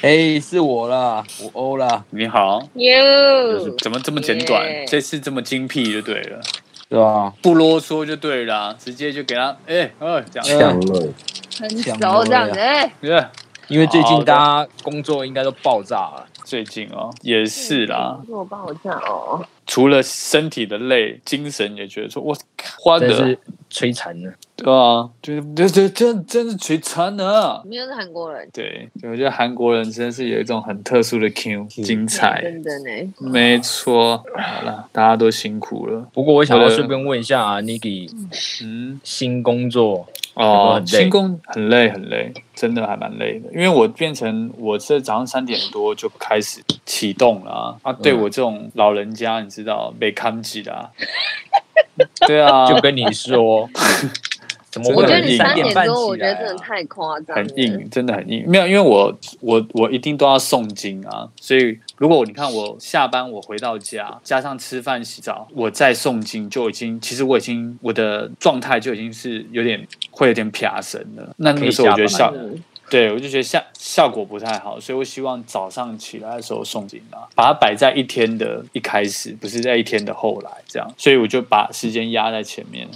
哎，是我啦，我欧啦，你好，哟，怎么这么简短 Yeah 这次这么精辟就对了，对吧？不啰嗦就对了啊，直接就给他，哎、哦，这强样，了，很想熟这样子，了哎，对，呃因为最好近的大家工作应该都爆炸了，最近哦，也是啦，我帮我看哦，除了身体的累，精神也觉得说，我花真的是，摧残了。对啊，就是这这这真是摧残啊。没有是韩国人，对，我觉得韩国人真是有一种很特殊的 Q，精彩，真的呢，没错。好了，大家都辛苦了。不过我想要我的顺便问一下啊 n i k i 嗯，新工作哦，很累新工很累很累，真的还蛮累的。因为我变成我这早上三点多就开始启动了啊，啊对我这种老人家，你知道被看起的、啊，对啊，就跟你 说，怎么我会觉有得真的你人三三点半多，我起觉得来真的啊？太夸张了，很硬，真的很硬。没有，因为我我我一定都要诵经啊，所以如果你看我下班我回到家，加上吃饭洗澡，我再诵经就已经，其实我已经我的状态就已经是有点会有点撇神了。那那个时候我觉得可以下效班，嗯，对我就觉得效效果不太好，所以我希望早上起来的时候诵经啊，把它摆在一天的一开始，不是在一天的后来这样，所以我就把时间压在前面。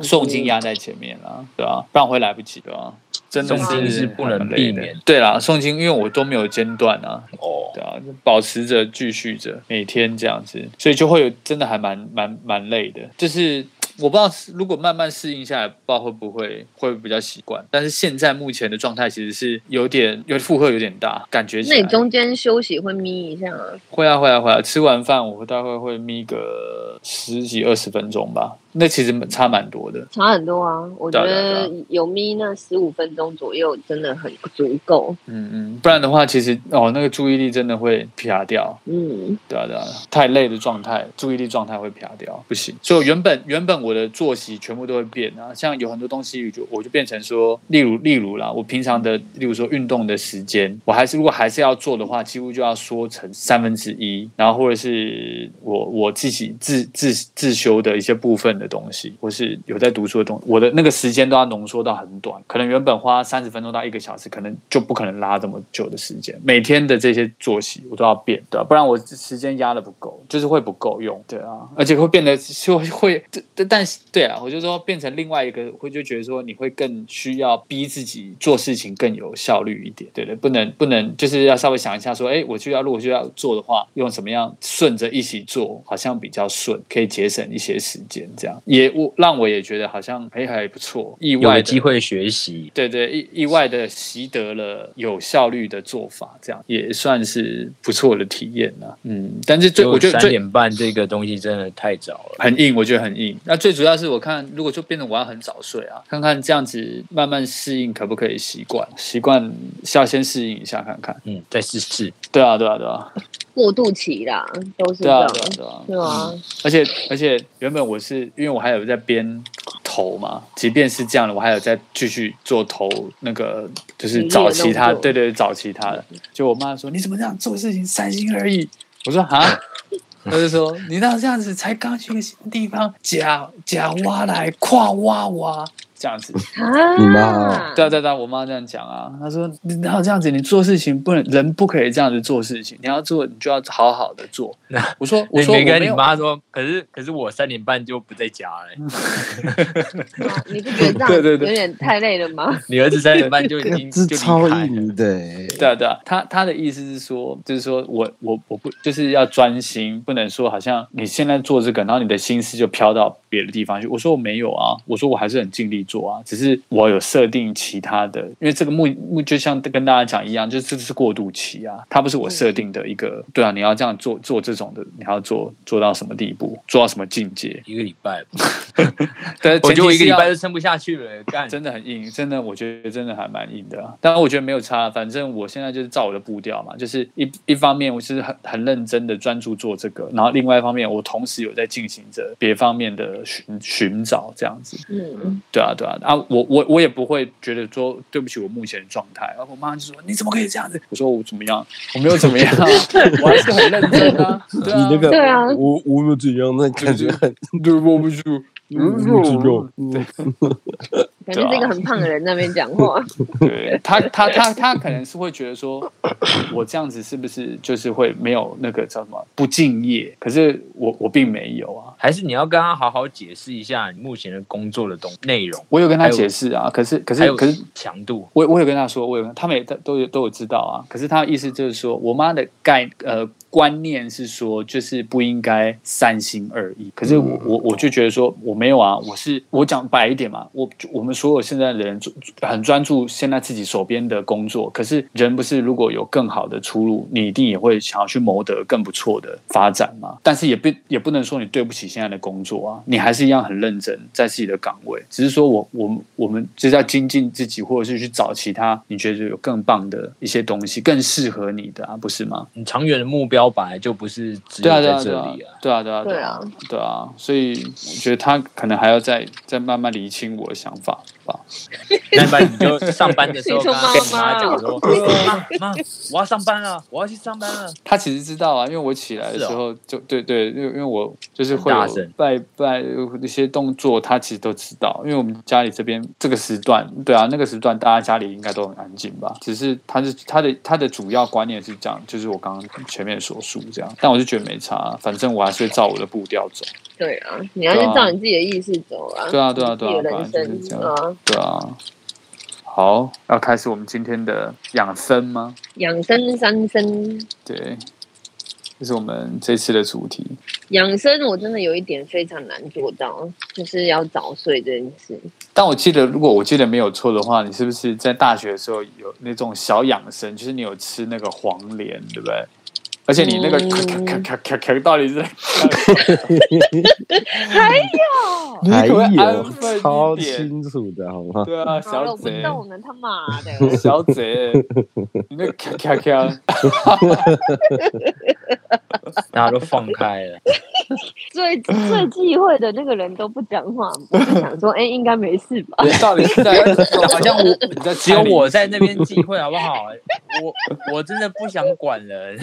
诵经压在前面啦，对啊，不然会来不及的啊。真的诵经是不能避免很累的。对啦，诵经因为我都没有间断啊，哦，对啊，就保持着继续着，每天这样子，所以就会有真的还蛮蛮蛮累的。就是我不知道是如果慢慢适应下来，不知道会不会会比较习惯。但是现在目前的状态其实是有点有负荷有点大，感觉起那来你中间休息会眯一下啊？会啊会啊会啊，吃完饭我大概会眯个十几二十分钟吧，那其实差蛮多的。差很多啊！我觉对啊对啊得有眯那十五分钟左右，真的很足够。嗯嗯，不然的话，其实哦，那个注意力真的会撇掉，嗯，对啊对啊，太累的状态，注意力状态会撇掉，不行。所以我原本原本我的作息全部都会变啊，像有很多东西，我就我就变成说，例如例如啦，我平常的，例如说运动的时间，我还是如果还是要做的话，几乎就要缩成三分之一，然后或者是我我自己自自自修的一些部分的东西，或是有在读书的东西，我的那个时间都要浓缩到很短，可能原本花三十分钟到一个小时，可能就不可能拉这么久的时间。每天的这些作息我都要变，对吧、啊不然我时间压的不够，就是会不够用，对啊，而且会变得就会，这这但是对啊，我就说变成另外一个，会就觉得说你会更需要逼自己做事情更有效率一点，对的，不能不能就是要稍微想一下说，哎，我就要如果就要做的话，用什么样顺着一起做，好像比较顺，可以节省一些时间，这样也我让我也觉得好像哎还不错，意有了外的机会学习，对对，意意外的习得了有效率的做法，这样也算是不错的体验了。嗯，但是最我觉得三最点半这个东西真的太早了。很硬，我觉得很硬。那最主要是我看，如果就变成我要很早睡啊，看看这样子慢慢适应可不可以习惯，习惯要先适应一下看看。嗯，再试试。对啊，对啊，对啊，过渡期啦，都是这对啊，样。对啊，对啊。对啊，而且而且原本我是因为我还有在编头嘛，即便是这样的，我还有在继续做头那个，就是找其职业他，动作对对，找其他的。就我妈说你怎么这样做事情，三心二 意。我说啊，她就说你那这样子才刚去一个新地方，假假挖来跨挖挖这样子。啊，你妈对啊对啊对啊，我妈这样讲啊，她说你然后这样子，你做事情不能人不可以这样子做事情，你要做你就要好好的 做。我说我你说我没跟没你有。妈说，可是可是我三点半就不在家 了、欸啊你不觉得这样对对对有点太累了吗？你儿子三点半就已经这就超离开了。硬的欸，对啊，对啊，他他的意思是说，就是说我我我不就是要专心，不能说好像你现在做这个，然后你的心思就飘到别的地方去。我说我没有啊，我说我还是很尽力做啊，只是我有设定其他的，因为这个目目就像跟大家讲一样，就是这是过渡期啊，它不是我设定的一个，嗯对啊，你要这样做做这种的，你要做做到什么地步，做到什么境界？一个礼拜，但我 觉前提得我一个是礼要拜就撑不下去了，干。真的很硬，真的，我觉得真的还蛮硬的、啊。当然，我觉得没有差，反正我现在就是照我的步调嘛，就是一一方面我是很很认真的专注做这个，然后另外一方面我同时有在进行着别方面的寻寻找，这样子。嗯，对啊，对啊，啊，我我我也不会觉得说对不起我目前的状态。然啊后我妈就说你怎么可以这样子？我说我怎么样？我没有怎么样啊，我还是很认真啊。对 啊你那个对啊我我没有怎样，那感觉很对我不住。我没有怎样，嗯感觉对啊这个很胖的人在那边讲话，对他，他他他可能是会觉得说，我这样子是不是就是会没有那个叫什么不敬业？可是我我并没有啊，还是你要跟他好好解释一下你目前的工作的东内容，我有跟他还有解释啊，可是可还是有可是强度。我我有跟他说，我有跟他们也都都有都有知道啊。可是他的意思就是说，我妈的概呃观念是说，就是不应该三心二意。可是嗯我我我就觉得说，我没有啊，我是我讲白一点嘛，我我们所有现在的人很专注现在自己手边的工作，可是人不是如果有更好的出路，你一定也会想要去谋得更不错的发展嘛。但是也不也不能说你对不起现在的工作啊，你还是一样很认真在自己的岗位，只是说我我们我们就是要精进自己，或者是去找其他你觉得有更棒的一些东西，更适合你的啊，不是吗？你长远的目标本来就不是只有对啊，对在啊，对这啊里啊。，对啊， 对啊，对啊，对啊，所以我觉得他可能还要再再慢慢理清我的想法吧。那不然你就上班的时 候你说跟妈妈他跟妈讲说：“妈妈，我要上班了，我要去上班了。他其实知道啊，因为我起来的时候就、对对，因为因为我就是会大有声拜拜一些动作，他其实都知道。因为我们家里这边这个时段，对啊，那个时段大家家里应该都很安静吧。只是他是他的他的主要观念是这样，就是我刚刚前面所述这样。但我就觉得没差，啊反正我还是会照我的步调走。对啊，你要是照你自己的意识走啊，对啊对啊对啊自己的人本来就是这生样啊，对啊，好，要开始我们今天的养生吗？养生三生。对，这是我们这次的主题。养生我真的有一点非常难做到，就是要早睡这件 事。但我记得，如果我记得没有错的话，你是不是在大学的时候有那种小养生，就是你有吃那个黄连，对不对？而且你那个嗯咔咔咔咔咔咔，到底是在有，你还可不可以有安分一超点清楚的好 吗？对啊，好了，小我不贼，动了，他妈的！ 小贼，你那咔 咔咔，”大家都放开了，最最忌讳的那个人都不讲话，我就想说，哎、应该没事 吧？你到底是在好像我你在 只有我在那边忌讳，好不好？我我真的不想管 人，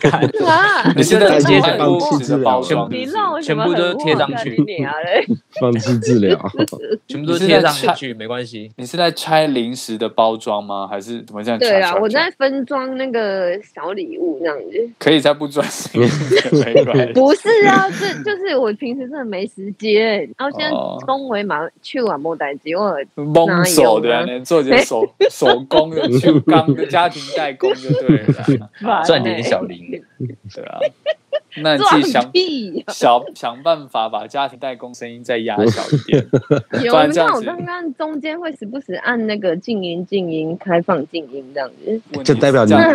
干啊，你是在接办帮公室的包装，你让我全部都贴上去你啊 嘞！放弃治疗，全部都贴上去，没关系。你是在拆零食的包装吗？还是怎么这样？对啊，我在分装那个小礼物这样子。可以在不专心， 没 关系。不是啊，这就是我平时真的没时间，然后现在哦中尾马去晚莫代机，我蒙手的啊人做点手手工的去钢的家庭代工就对 了啦，烦欸赚点 小零，对啊。那你自己撞想 屁啊！想想办法把家庭代工声音再压小一 点。有，不然你这看样我子刚刚中间会时不时按那个静音、静音、开放静音这样子，问题这是代表你这样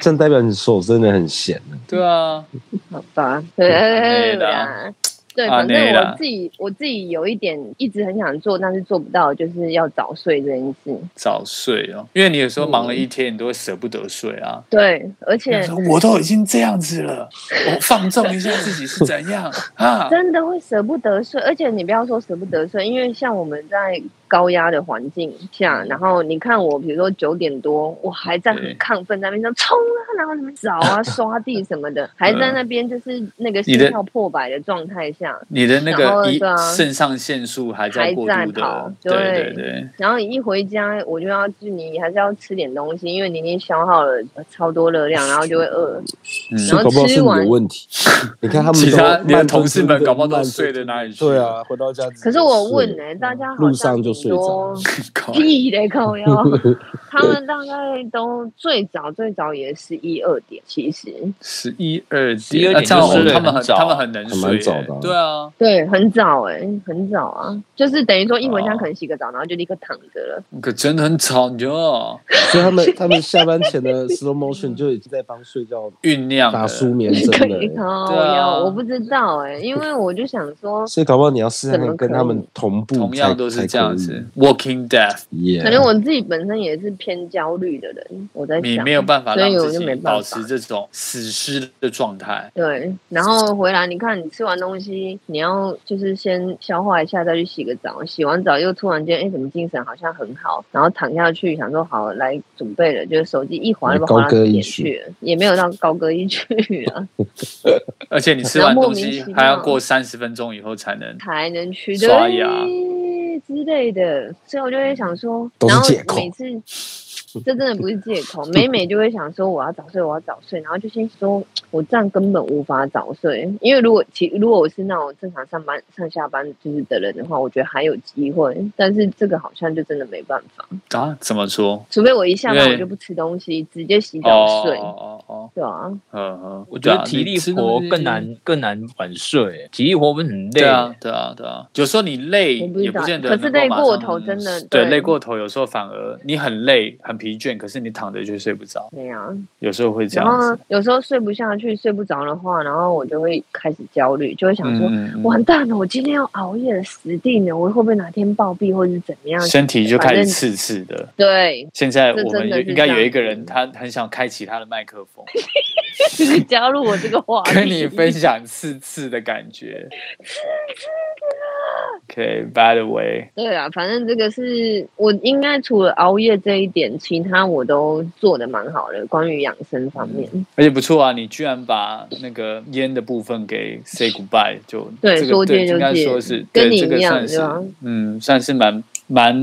这这代表你手真的很闲啊对啊，好 吧？对内啦啦，对，啊反正内啦我自己我自己有一点一直很想做，但是做不到，就是要早睡这件事。早睡哦，因为你有时候忙了一天，你都会舍不得睡啊。对，而且我都已经这样子了，我放纵一下自己是怎 样啊？真的会舍不得睡，而且你不要说舍不得睡，因为像我们在高压的环境下，嗯然后你看我，比如说九点多，我还在很对亢奋，在那边说冲啊，然后什么找啊、刷地什么 的，还在那边就是那个你心的跳破百的状态嗯下，你的那然后个那一个啊肾上腺素还在过还度在跑的，对对对然后一回家我就要去，你还是要吃点东西，因为你已经消耗了超多热量，然后就会饿。嗯所以搞不好是你的问题。你看他们其都他慢吞你的同事吞们地搞不好都慢睡吞吞的地哪里去？对， 啊，回到家直接可是我问呢、睡大家好路像上就顶睡着多靠屁嘞，靠腰！他们大概都最早最早也是一二点，其实十一二11点，那这样哦就睡得他们很很早他们很能还蛮睡早欸的啊，对啊，对，很早哎、很早啊，就是等于说一回家哦可能洗个澡，然后就立刻躺着了。可真的很吵，你就所以他们他们下班前的 slow motion 就已经在帮睡觉酝酿 打了舒眠可针了欸。以靠对啊腰，我不知道哎、因为我就想 说，所以搞不好你要试怎看么看跟可他以们同步才，同样都才是这样可以子。Walking Death， Yeah 可能我自己本身也是偏焦虑的人，我在你想没。有办法所以让我自就没己办保法持这种死尸的状态。对，然后回来，你看你吃完东西，你要就是先消化一下，再去洗个澡。洗完澡又突然间，哎，怎么精神好像很好？然后躺下去想说好来准备了，就是手机一滑就来滑高到歌几一点曲去了，也没有到高歌一曲啊，而且你吃然完后莫东名西其还要妙过三十分钟以后才能才能去刷牙对之类的，所以我就会想说，都是然后借口每次这真的不是借 口，每每就会想说我要早睡，我要早睡，然后就心说我这样根本无法早睡，因为如果其如果我是那种正常上班上下班就是的人的话，我觉得还有机会，但是这个好像就真的没办法，啊？怎么说？除非我一下班对我就不吃东西，直接洗哦澡睡，哦哦哦，对啊，嗯嗯，我觉对得啊体力活更。难更难晚睡，体力活不是很你吃东西累对啊，对啊，对啊。有时候你累我不知也不道见得可能是够累马上，过头真的对对累过头，有时候反而你很累很疲倦，可是你躺着就睡不着，对啊。有时候会这然样后子。有时候睡不下去、睡不着的话，然后我就会开始焦虑，就会想说：嗯嗯完蛋了，我今天要熬夜了，死定了！我会不会哪天暴毙，或者是怎么样嗯，？身体就开反始正刺刺的。对， 现在这我真们的有是应该这有样一个子人，他很想开启他的麦克 风，就是加入我这个话题。跟你分享刺刺的感 觉。OK，by the way，对啊，反正这个是我应该除了熬夜这一点，其他我都做的蛮好的，关于养生方面。而且不错啊，你居然把那个烟的部分给 say goodbye，就对这个说对，戒就应该戒说是跟对你这个一样算是对吧嗯，算是蛮蛮，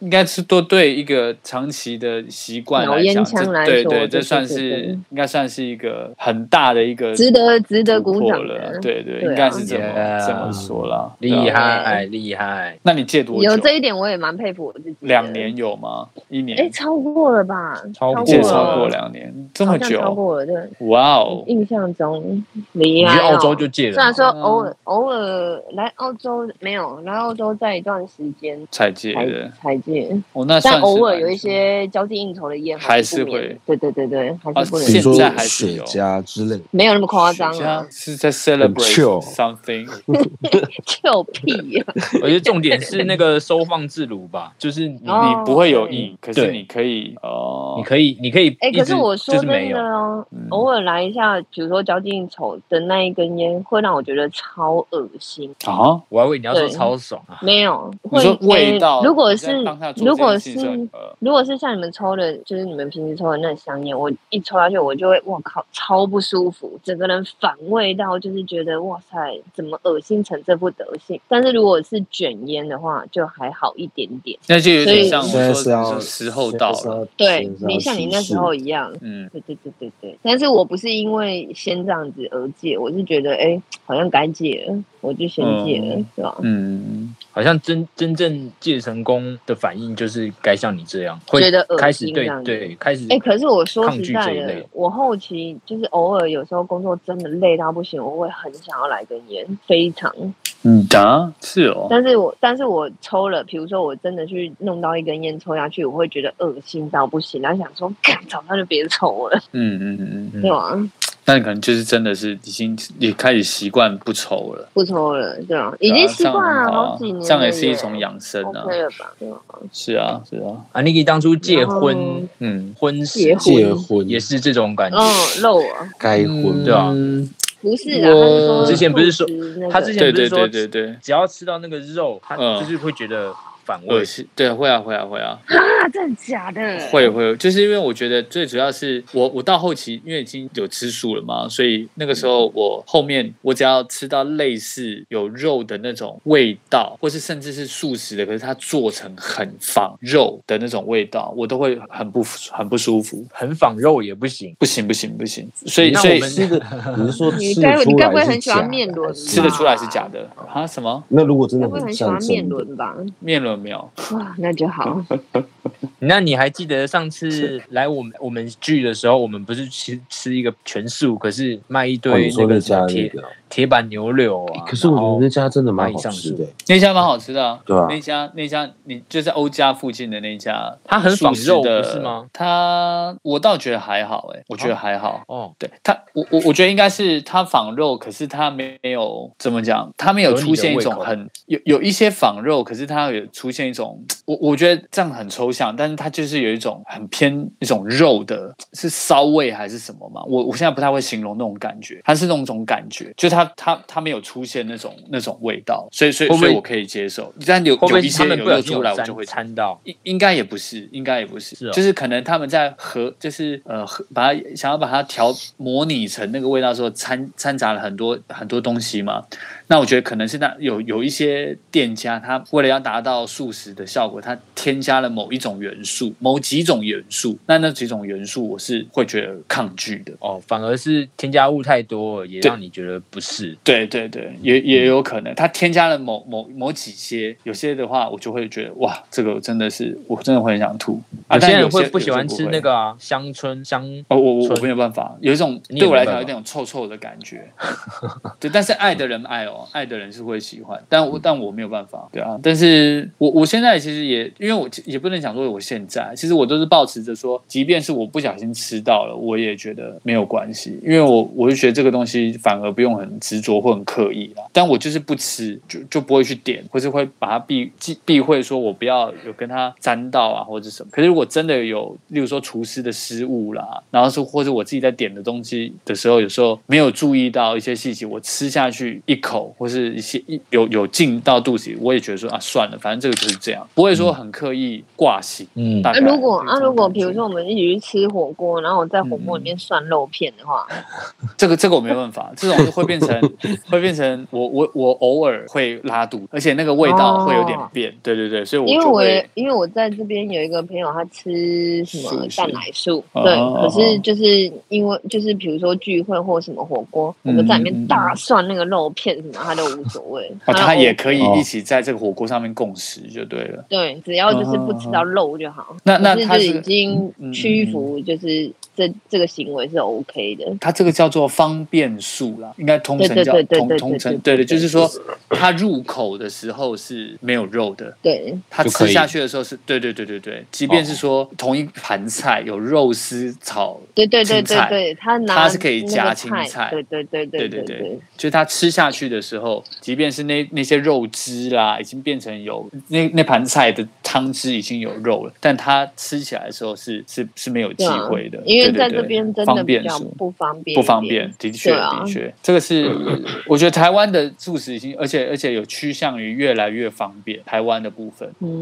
应该是多对一个长期的习惯老来烟讲，枪这来对说对，对这对算对是对应该算是一个很大的一个值得值得突鼓破掌了，的。对对，对啊应该是这么 Yeah 这么说啦，对啊厉害厉害。那你戒多久？有这一点，我也蛮佩服我自己。两，年有吗？一哎，年？超过了吧？超你过戒了超过了，两年，这么好像超久？过了，对。哇哦！印象中，离你啊，去澳洲就戒虽然了，说嗯偶尔偶尔来澳洲没有来澳洲在一段时间才戒才的，才戒，我、那算但是偶尔蛮有一些交际应酬的烟不免还是会，对对对对，还啊是不能比现如说戒，在还是雪有茄之类的，没有那么夸张雪啊茄，是在很 celebrate chill something， 臭屁 啊！我 觉得重点是那个收放自如吧，就是你哦你不会有瘾，可是对你可以哦，你可以你可以哎，一可直是我说就是没真有的，哦嗯，偶尔来一下，比如说交际应酬的那一根烟，会让我觉得超恶心。啊，我还以为你要说对超爽啊，没有，你会说味呃道，如果你在是当下做如这果件事情的时候是呃如果是像你们抽的，就是你们平时抽的那香烟，我一抽下去，我就会哇靠，超不舒服，整个人反胃到，就是觉得哇塞，怎么恶心成这副德行？但是如果是卷烟的话，就还好一点点。那就有点所以像我现在说是说要时候到了，，对你像你那时候一样，嗯，对对对对对。但是我不是因为先这样子而戒，我是觉得哎、好像该戒了，我就先戒了，嗯对吧？嗯，好像真真正戒成功的反应就是该像你这样，会觉得恶心开始这对样子对开始哎、可是我说抗实拒在这一的类，我后期就是偶尔有时候工作真的累到不行，我会很想要来根烟，非常。嗯啊，是哦，但是我但是我抽了，比如说我真的去弄到一根烟抽下去，我会觉得恶心到不行，然后想说，干早上就别抽了，嗯嗯嗯嗯，嗯对啊吧？那你可能就是真的是已经也开始习惯不愁了，不抽了，对吧？已对啊经习惯这了样很好啊好几年了耶，这样也是一种养生啊， OK 了吧？对吧？是啊是啊，啊，你给当初戒然后婚嗯，婚结时婚结婚也是这种感觉嗯，，漏啊，该嗯婚对啊不是啊，他是说之前不是说素食那个他之前对不是对说对对对，只要吃到那个肉，他嗯就是会觉得反胃恶。心，对，会啊会啊会啊，啊，真的假的？会会，就是因为我觉得最主要是我我到后期因为已经有吃素了嘛，所以那个时候嗯我后面我只要吃到类似有肉的那种味道，或是甚至是素食的，可是它做成很仿肉的那种味道，我都会很不很不舒服。很仿肉也不行，不行不行不行，所以那所我以们吃 的，你是说你吃该得你出该不会来很是喜假欢的？面轮吧？吃得出来是假的啊？什么 那如果真该的不会很喜像欢面真的，轮吧？面轮没有？哇，那就嗯好。那你还记得上次来我们我们聚的时候，我们不是吃吃一个全素，可是卖一哦堆你说那个那什么家铁那啊个，铁板牛柳啊。可是我觉得那家真的蛮蚂蚁好上吃树的，欸那家蛮好吃的、啊，对啊那家那家你就在欧家附近的那家，它很仿肉素食的不是吗？它我倒觉得还好、欸，我觉得还好。然后哦，对它，我我我觉得应该是它仿肉，可是它没有怎么讲，它没有出现一种合你的胃口很有有一些仿肉，可是它有出现一种，我我觉得这样很抽象，但是它就是有一种很偏一种肉的，是骚味还是什么嘛？我我现在不太会形容那种感觉，它是那种感觉，就它它它没有出现那种那种味道，所以所以会不会所以我可以接受，但有会不有会一是他些们有不小露心出来有我就会掺掺到？应应该也不是，应该也不是，是哦就是可能他们在和就是呃和把它想要把它调模拟成那个味道的时候，掺掺杂了很多很多东西嘛。那我觉得可能是那有有一些店家，他为了要达到素食的效果，他添加了某一种元素，某几种元素。那那几种元素，我是会觉得抗拒的。哦，反而是添加物太多，也对让你觉得不适。对对对，也嗯也有可能，它添加了某某某几些，有些的话我就会觉得哇，这个真的是我真的会很想吐。啊、有但些人会会不喜欢吃那个。个啊，香椿香，哦，我我我纯没有办法，有一种你也对我没来办讲有法那种臭臭的感觉，对，但是爱的人爱哦，爱的人是会喜欢，但嗯我但我没有办法，对啊，但是我我现在其实也，因为我也不能讲说我现在，其实我都是保持着说，即便是我不小心吃到了，我也觉得没有关系，因为我我就觉得这个东西反而不用很执着或很刻意啦，但我就是不吃，就就不会去点，或是会把它避忌避讳，说我不要有跟它沾到啊，或者什么。可是如果真的有，例如说厨师的失误啦，然后是或者我自己在点的东西的时候，有时候没有注意到一些细节，我吃下去一口或是一些一有有进到肚子里，我也觉得说啊算了，反正这个就是这样，不会说很刻意挂心。嗯大啊，概如果是啊，这种如果感比觉嗯如说我们一起去吃火锅，然后我在火锅里面涮肉片的话，这个这个我没办法，这种就会变成 会变成我我我偶尔会拉肚，而且那个味道会有点变，对对对，所以我哦因为就我会也因为我在这边有一个朋友，他吃什么素食蛋奶素，哦对，哦可是就是因为就是比如说聚会或什么火锅，我嗯们在嗯嗯里面大涮那个肉片什么，他都无所谓，哦，他也可以哦一起在这个火锅上面共食就对了。对，只要就是不吃嗯到肉就好。那那可他是就已是经嗯嗯屈服，就是这这个行为是 OK 的。他这个叫做方便素啦，应该通称对对叫对对通对对通称，对对对，对对就是说它入口的时候是没有肉的，对，它就可吃以哦下去的时候是对对对对对，即便是说同一盘菜有肉丝炒对对对青对菜对，他拿它是可以加那个青菜对对对对对对对对，，就是它吃下去的时候，即便是那那些肉汁啦，已经变成有那那盘菜的汤汁已经有肉了，但它吃起来的时候是是是没有机对啊会的，因为对对在对这边真的方比便较素不方便，不方便。，的确对啊的确，这个是 我觉得台湾的素食已经，而且而且有趋向于越来越方便，台湾的部分，嗯，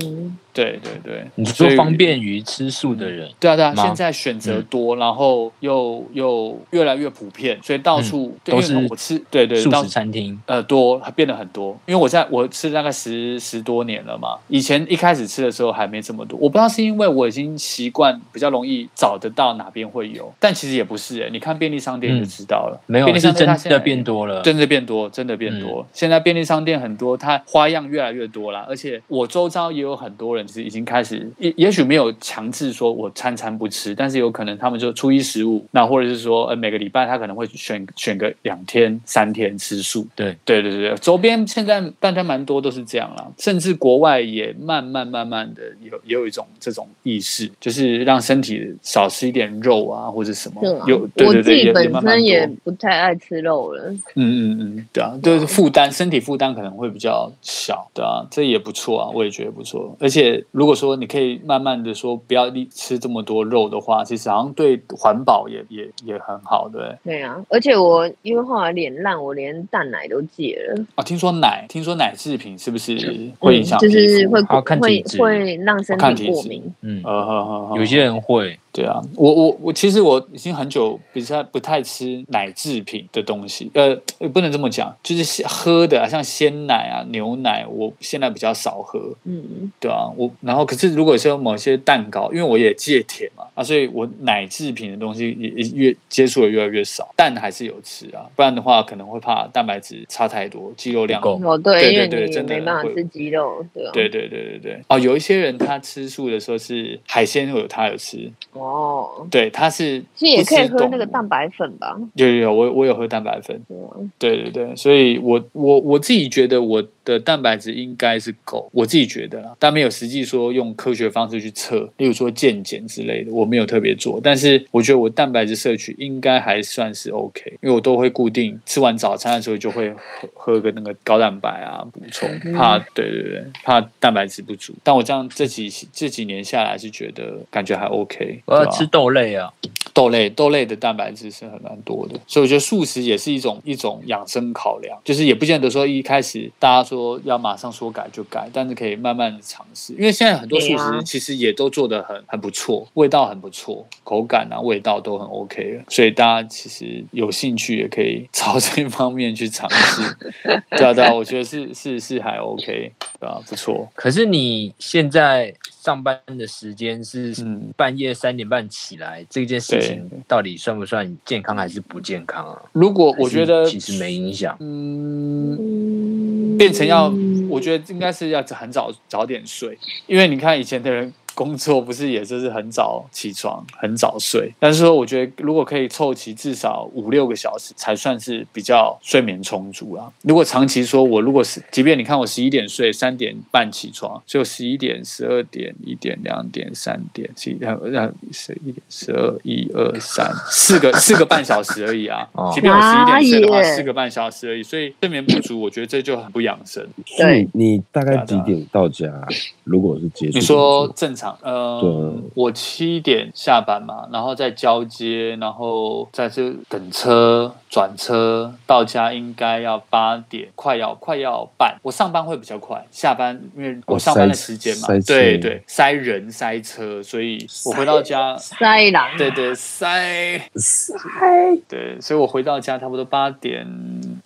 对对对，你所说以方便于吃素的人，对啊，对啊，吗现在选嗯择多，然后又又越来越普遍，所以到处、对嗯都因为是我吃，对对，素到食餐厅呃多变得很多，因为我在我吃大概十十多年了嘛，以前一开始吃的时候还没这么多，我不知道是因为我已经习惯比较容易找得到哪边会有，但其实也不是欸诶、你看便利商店就知道了，嗯没有便利是商店真它现在的变多了。嗯真的变多，真的变多。现在便利商店很多，它花样越来越多啦。而且我周遭也有很多人，其实已经开始，也也许没有强制说我餐餐不吃，但是有可能他们就初一十五，那或者是说，呃，每个礼拜他可能会选选个两天、三天吃素。对对对对，周边现在大家蛮多都是这样啦，甚至国外也慢慢慢慢的有也有一种这种意识，就是让身体少吃一点肉啊，或者什么。对啊有，对我对自对，也己也本慢慢身也多不太爱吃肉了，嗯嗯嗯，对啊，就是负担，身体负担可能会比较小，对啊，这也不错啊，我也觉得不错。而且如果说你可以慢慢的说不要一吃这么多肉的话，其实好像对环保也也也很好，对不对。对啊，而且我因为后来脸烂，我连蛋奶都戒了，啊，听说奶，听说奶制品是不是会影响嗯就皮肤、是会还要啊看会体质会让身哦看体体质过敏。嗯，呃呵呵呵，有些人会，对啊，我我我其实我已经很久比较不太吃奶制品的东西，呃，也不能这么讲，就是喝的啊，像鲜奶啊、牛奶，我现在比较少喝，嗯，对啊，我然后可是如果说某些蛋糕，因为我也戒甜嘛，啊，所以我奶制品的东西也也越接触的越来越少，蛋还是有吃啊，不然的话可能会怕蛋白质差太多，肌肉量不够哦对对，因为对对你也真的没办法会吃鸡肉，对啊，对对对对对，哦，有一些人他吃素的时候是海鲜，有他有吃，哦，对，他是其实也不吃可以喝那动个物蛋白粉吧，有有有，我我有喝蛋白粉，对啊，对对对，所以我我我自己觉得我的蛋白质应该是够，我自己觉得啦，但没有实际说用科学方式去测，例如说健检之类的，我没有特别做，但是我觉得我蛋白质摄取应该还算是 OK，因为我都会固定吃完早餐的时候就会喝喝个那个高蛋白啊补充，怕对对对，怕蛋白质不足。但我这样这几这几年下来是觉得感觉还 OK，我要对吧吃豆类啊，豆类，豆类的蛋白质是很蛮多的，所以我觉得素食也是一种一种养生考量，就是也不见得说一开始大家说要马上说改就改，但是可以慢慢地尝试，因为现在很多素对啊食其实也都做得很很不错，味道很不错，口感啊味道都很 OK 了，所以大家其实有兴趣也可以 朝这方面去尝试，对啊对啊，我觉得是是是还 OK，对啊不错，可是你现在上班的时间是嗯半夜三点半起来，这件事情到底算不算健康还是不健康啊？如果我觉还得是其实没影响。嗯。嗯变成要，我觉得应该是要很早早点睡，因为你看以前的人工作不是也就是很早起床、很早睡，但是说我觉得如果可以凑齐至少五六个小时，才算是比较睡眠充足啦。如果长期说我如果是，即便你看我十一点睡，三点半起床，所以我十一点、十二点、一点、两点、三点、七点、让十一点、十二、一二三四个 四个半小时而已啊哦。即便我十一点睡的话，哇耶四个半小时而已，所以睡眠不足，我觉得这就很不养生。所以你大概对几啊点到家啊？如果是结束，你说正常，呃对，我七点下班嘛，然后再交接，然后在这等车、转车到家，应该要八点，快要快要半。我上班会比较快，下班因为我哦上班的塞时间嘛塞，车对对，塞人塞车，所以我回到家，塞狼， 对对塞塞，对，所以我回到家差不多八点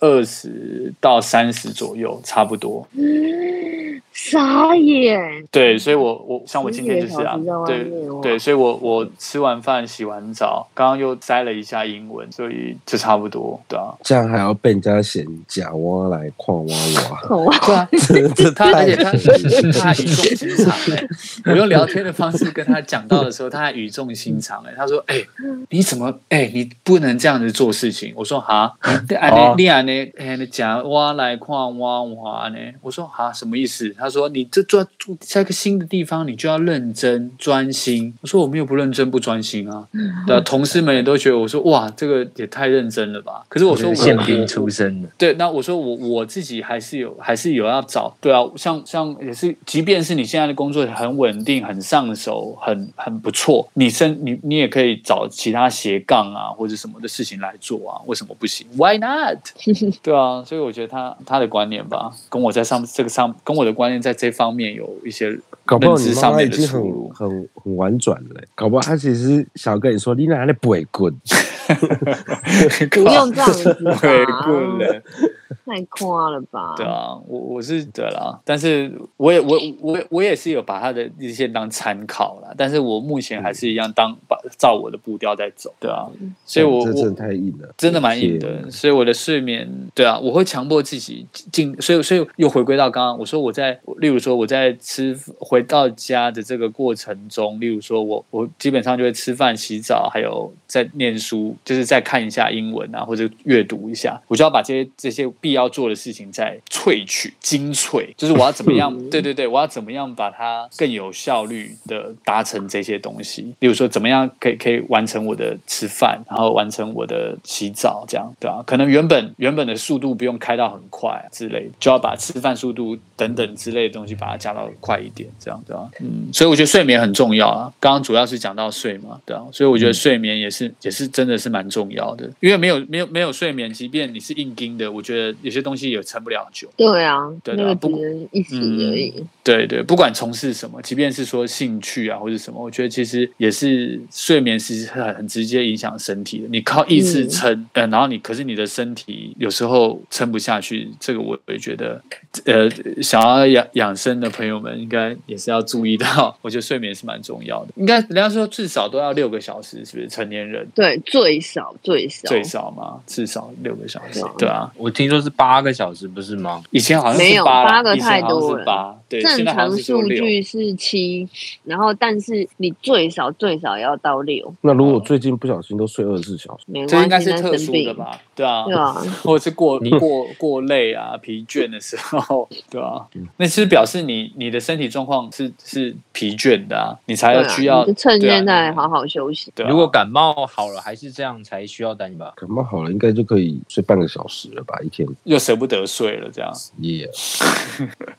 二十到三十左右，差不多。傻眼，对，所以我我嗯像我今天就是啊十几个小时在外对面哇对，所以我我吃完饭洗完澡，刚刚又摘了一下英文，所以就差不多，对啊，这样还要被人家嫌假蛙来矿蛙 蛙，恐啊！对啊，这他而太且他他还语重心长哎、我用聊天的方式跟他讲到的时候，他还语重心长哎、他说哎、你怎么哎、你不能这样子做事情，我说哈，啊你安哦尼你安尼哎你讲挖来矿挖挖呢，我说哈什么意思？他说你这做住在一个新的地方，你就要认真专心。我说我们又不认真不专心啊，对啊，同事们也都觉得我说哇这个也太认真了吧，可是我说我嗯宪我兵出身的，对，那我说我我自己还是有还是有要找，对啊，像像也是，即便是你现在的工作很稳定、很上手、很很不错，你身你你也可以找其他斜杠啊或者什么的事情来做啊，为什么不行？Why not？对啊，所以我觉得他他的观念吧，跟我在上这个上跟我的观念在这方面有一些搞不好认你知妈上妈面已的经出很入。 很很婉转了、搞不好她其实想要跟你说，你哪里不会滚？不用这样子吧， 对，棍了。太夸了吧？对啊，我我是对啦，但是我也我我我也是有把他的一些当参考啦，但是我目前还是一样当把照我的步调在走，对啊，所以我哎这我真的太硬了，真的蛮硬天哪的，所以我的睡眠，对啊，我会强迫自己进，所以所以又回归到刚刚我说我在，例如说我在吃回到家的这个过程中，例如说我我基本上就会吃饭、洗澡，还有在念书，就是再看一下英文啊，或者阅读一下，我就要把这些这些必要做的事情再萃取、精粹，就是我要怎么样，对对对，我要怎么样把它更有效率的达成这些东西，例如说怎么样可以可以完成我的吃饭，然后完成我的洗澡，这样对吧、可能原本原本的速度不用开到很快、之类的，就要把吃饭速度等等之类的东西把它加到快一点，这样对吧、嗯，所以我觉得睡眠很重要啊。刚刚主要是讲到睡嘛，对啊，所以我觉得睡眠也是也是真的是蛮重要的，因为没有没有没有睡眠，即便你是硬盯的，我觉得有些东西也撑不了很久。对啊，对那的啊个不嗯只能一时而已。对对，不管从事什么，即便是说兴趣啊或者什么，我觉得其实也是睡眠，其实是很很直接影响身体的。你靠意嗯志撑，呃，然后你可是你的身体有时候撑不下去，这个我我也觉得，呃，想要养养生的朋友们应该也是要注意到，我觉得睡眠是蛮重要的。应该人家说至少都要六个小时，是不是？成年人对，最少最少最少嘛，至少六个小时对啊，对啊。我听说是八个小时，不是吗？以前好像没是有八啦，八个以前好像太多是了八，对，正现在好常像是说数六。据是七，然后但是你最少最少要到六，那如果嗯最近不小心都睡二十四小时，没这应该关系，是那特生殊病的？吧？对啊，对啊， 或是过过过累啊、疲倦的时候，对啊，嗯那是表示你你的身体状况是是疲倦的啊，你才对要啊，需要你就趁对啊现在你好好休息。对啊如果感冒好了还是这样，才需要担吧。感冒好了应该就可以睡半个小时了吧？一天哦又舍不得睡了，这样也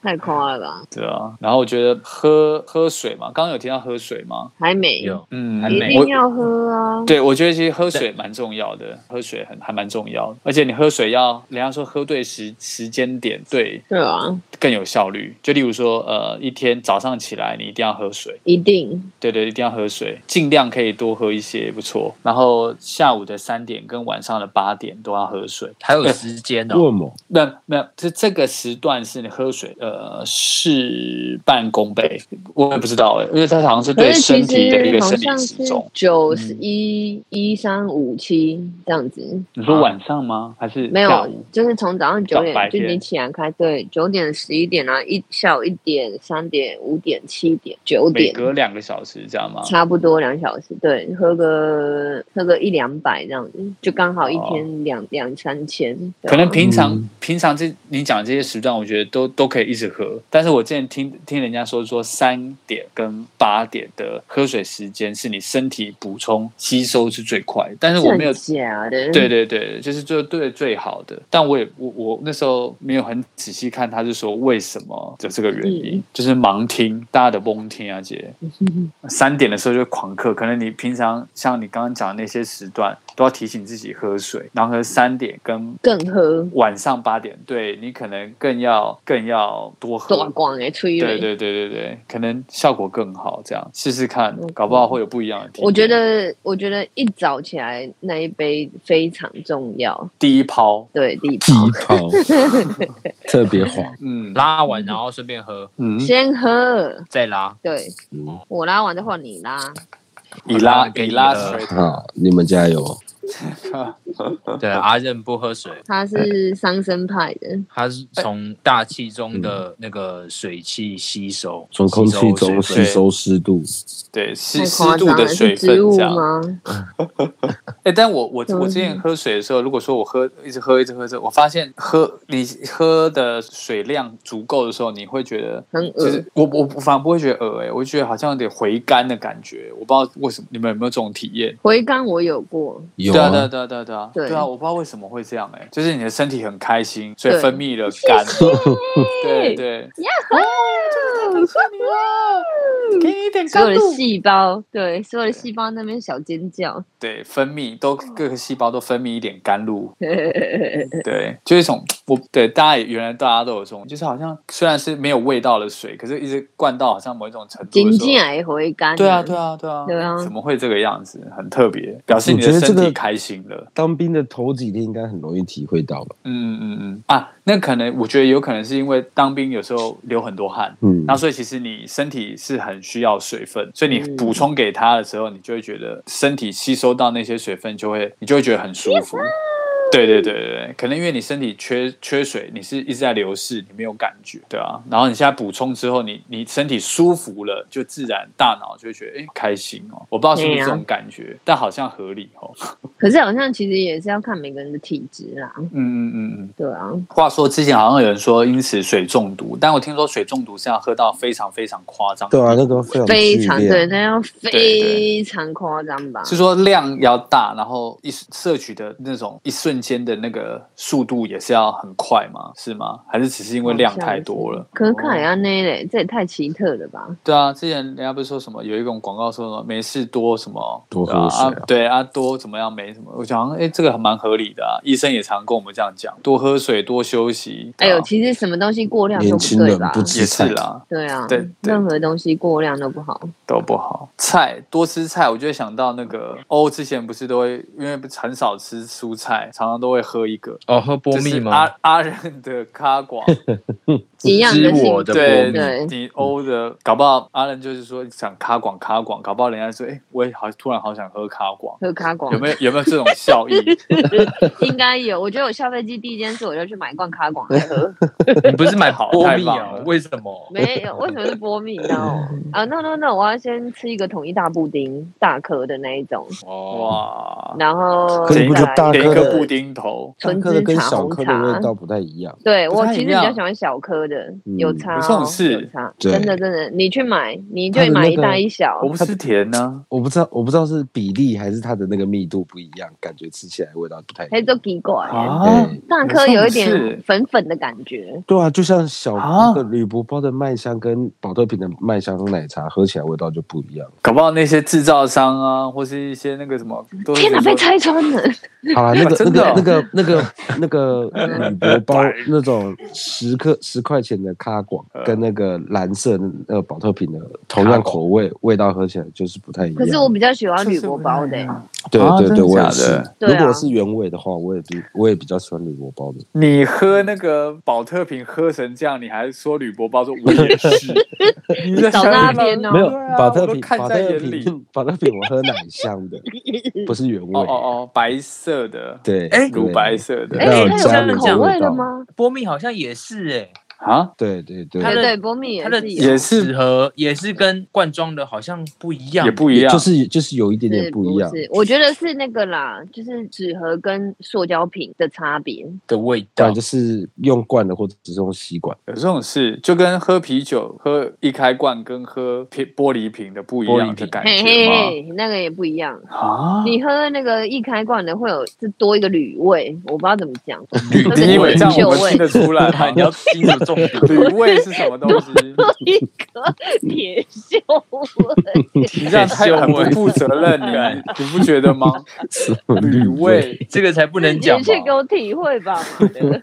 太夸了吧？对啊，然后我觉得喝喝水嘛，刚刚有提到喝水吗？还没，有嗯，还一没我定要喝啊。对，我觉得其实喝水蛮重要的，喝水很还蛮重要的，而且你喝水要，人家说喝对时时间点，对对啊，更有效率。就例如说，呃，一天早上起来你一定要喝水，一定对对，一定要喝水，尽量可以多喝一些，不错。然后下午的三点跟晚上的八点都要喝水。还有时间哦。为什么？那那这这个时段是你喝水，呃，事半功倍。我也不知道哎、因为它好像是可对是身其体嗯的一实个好生理像时是钟。九十一一三五七这样子，你说晚上吗？还是没下有午，就是从早上九到白点就天你起来开，对，九点十一点啊，一下午一点、三点、五点、七点、九每点，隔两个小时这样吗？差不多两小时，对，喝个喝个一两百这样子，就刚好一哦天两两三千，对可啊吧能平常、嗯平常这你讲这些时段，我觉得都都可以一直喝。但是我之前听听人家说说三点跟八点的喝水时间是你身体补充吸收是最快，但是我没有。真假的，对对对，就是最对最好的，但我也我我那时候没有很仔细看，他是说为什么的这个原因，嗯就是盲听，大家的蒙听啊姐，三点的时候就狂喝，可能你平常像你刚刚讲的那些时段都要提醒自己喝水，然后三点跟更喝晚上八点，对你可能更要更要多大喝。光哎，吹对瑞。对对对对，可能效果更好，这样试试看嗯，搞不好会有不一样的体验。我觉得，我觉得一早起来那一杯非常重要。第一泡，对，第一低 泡，特别黄。嗯拉完然后顺便喝，嗯，先喝。再拉。对嗯，我拉完再换你拉。以拉给以你拉喝水，好，你们加油。嗯对，啊阿任不喝水，他是哎桑葚派的，他是从大气中的嗯那个水汽吸收，从空气中吸吸收水分收湿度， 对 湿太湿夸度张的了，水是分植物这样。吗？哎、但我我嗯我之前喝水的时候，如果说我喝一直喝一直喝着，我发现喝你喝的水量足够的时候，你会觉得很就恶是我我我反而不会觉得恶哎、我就觉得好像有点回甘的感觉，我不知道为什么你们有没有这种体验？回甘我有过，有对啊对啊 啊，对啊对啊对啊对对啊！我不知道为什么会这样哎、就是你的身体很开心，所以对分泌了肝，对 对，给你一点所有甘的露，细胞，对，所有的细胞那边小 尖叫，对，分泌都各个细胞都分泌一点甘 露，对，就是一种我对大家也原来大家都有这种，就是好像虽然是没有味道的水，可是一直灌到好像某一种程度紧的时候进。来回甘。对啊，对，啊，对啊，对啊怎么会这个样子？很特别，表示你的我觉得身这个体开心了。当兵的头几天应该很容易体会到吧？嗯嗯嗯啊，那可能我觉得有可能是因为当兵有时候流很多汗，嗯然，后所以其实你身体是很需要水分，所以你嗯补充给他的时候，你就会觉得身体吸收到那些水分，就会你就会觉得很舒服。对对对对对，可能因为你身体缺缺水，你是一直在流失，你没有感觉，对啊。然后你现在补充之后，你你身体舒服了，就自然大脑就会觉得哎、诶开心哦。我不知道是不是对这啊种感觉，但好像合理哦。 可是好像其实也是要看每个人的体质啦，嗯嗯嗯嗯。对啊，话说之前好像有人说因此水中毒，但我听说水中毒是要喝到非常非常夸张的对地步，啊，那个非常非剧常烈对，那要非对常夸张吧？是说量要大，然后一摄取的那种一瞬间的那个速度也是要很快吗？是吗？还是只是因为量太多了？可是看哦人家那嘞，这也太奇特了吧？对啊，之前人家不是说什么有一种广告说什么没事多什么多喝对水啊对啊多怎么样没什么，我想哎、诶这个还蛮合理的啊，医生也常跟我们这样讲，多喝水多休息。哎对啊呦，其实什么东西过量都年不轻对人吧？不吃也是菜，啦，对啊，对对任何东西过量都不好。都不好。菜多吃菜，我就会想到那个欧之前不是都会，因为很少吃蔬菜，常常都会喝一个哦，喝波就蜜是吗？阿阿仁的咖广， 一样知的性我的波对对蜜，你欧的，搞不好阿仁就是说想咖广咖广，搞不好人家说，哎、我也好突然好想喝咖广，喝咖广有没有有没有这种效益？ 应该有，我觉得我下飞机第一件事我就去买一罐咖广来哎喝。你不是买波蜜太棒啊了？为什么？没有，为什么是波蜜呢？啊，no no no，我要先吃一个统一大布丁，大颗的那一种，哦，哇，然后可再是你不觉得大来点颗一的个布丁头，大纯颗的芝跟茶小红颗的味茶。道不太一样。对不我太其一实比样较喜欢小颗的，的嗯有差、哦，有这种事有差，对真的真的，你去买，你就它的买一那个大一小我，不吃甜呢、我不知道，我不知道是比例还是它的那个密度不一样，感觉吃起来味道不太一黑样。都奇怪。啊，对大颗有一有这种事点粉粉的感觉，对啊，就像小啊那个铝箔包的麦香跟宝特瓶的麦香奶茶喝起来味道就不一样。搞不好那些制造商啊，或是一些那个什么，都是天哪，说被拆穿了！好 啦，那个真的哦嗯那个那 个那个那个铝箔包那种十克十块钱的咖广嗯跟那个蓝色的那个宝特瓶的同样口味，味道喝起来就是不太一样。可是我比较喜欢铝箔包的、对啊对真对，的我假也的是。对啊如果是原味的话，我也比我也比较喜欢铝箔包的。你喝那个宝特瓶喝成这样，你还说吕伯包说我也 是，你在找想那什么边哦没有对啊宝特我都瓶，看宝在特眼里。瓶，宝特瓶我喝奶香 的，欸不是原哦味。哦哦，白色的，对，哎乳对白色的哎、那有它有加分入口味味了道吗？波蜜好像也是哎、啊，对对对它的，对对，波蜜它也的也是有是纸盒也是跟罐装的好像不一样，也不一样，就是就是有一点点是不一样。是，我觉得是那个啦，就是纸盒跟塑胶瓶的差别。的味不道然。就是用罐的，或者是用吸管。有这种事，就跟喝啤酒喝一开罐跟喝瓶玻璃瓶的不一样的感嘿觉嘿吗？嘿，那个也不一样。啊，你喝那个易开罐的会有是多一个铝味，我不知道怎么讲，铝就是你以为有这样酒我们味听，得出 来吗？你你要要清楚重 点。铝味是什么东西？一个铁锈味。你这样太很不负责任，你你不觉 得吗？铝味，这个才不能自己讲去给吧。我体会吧，妈的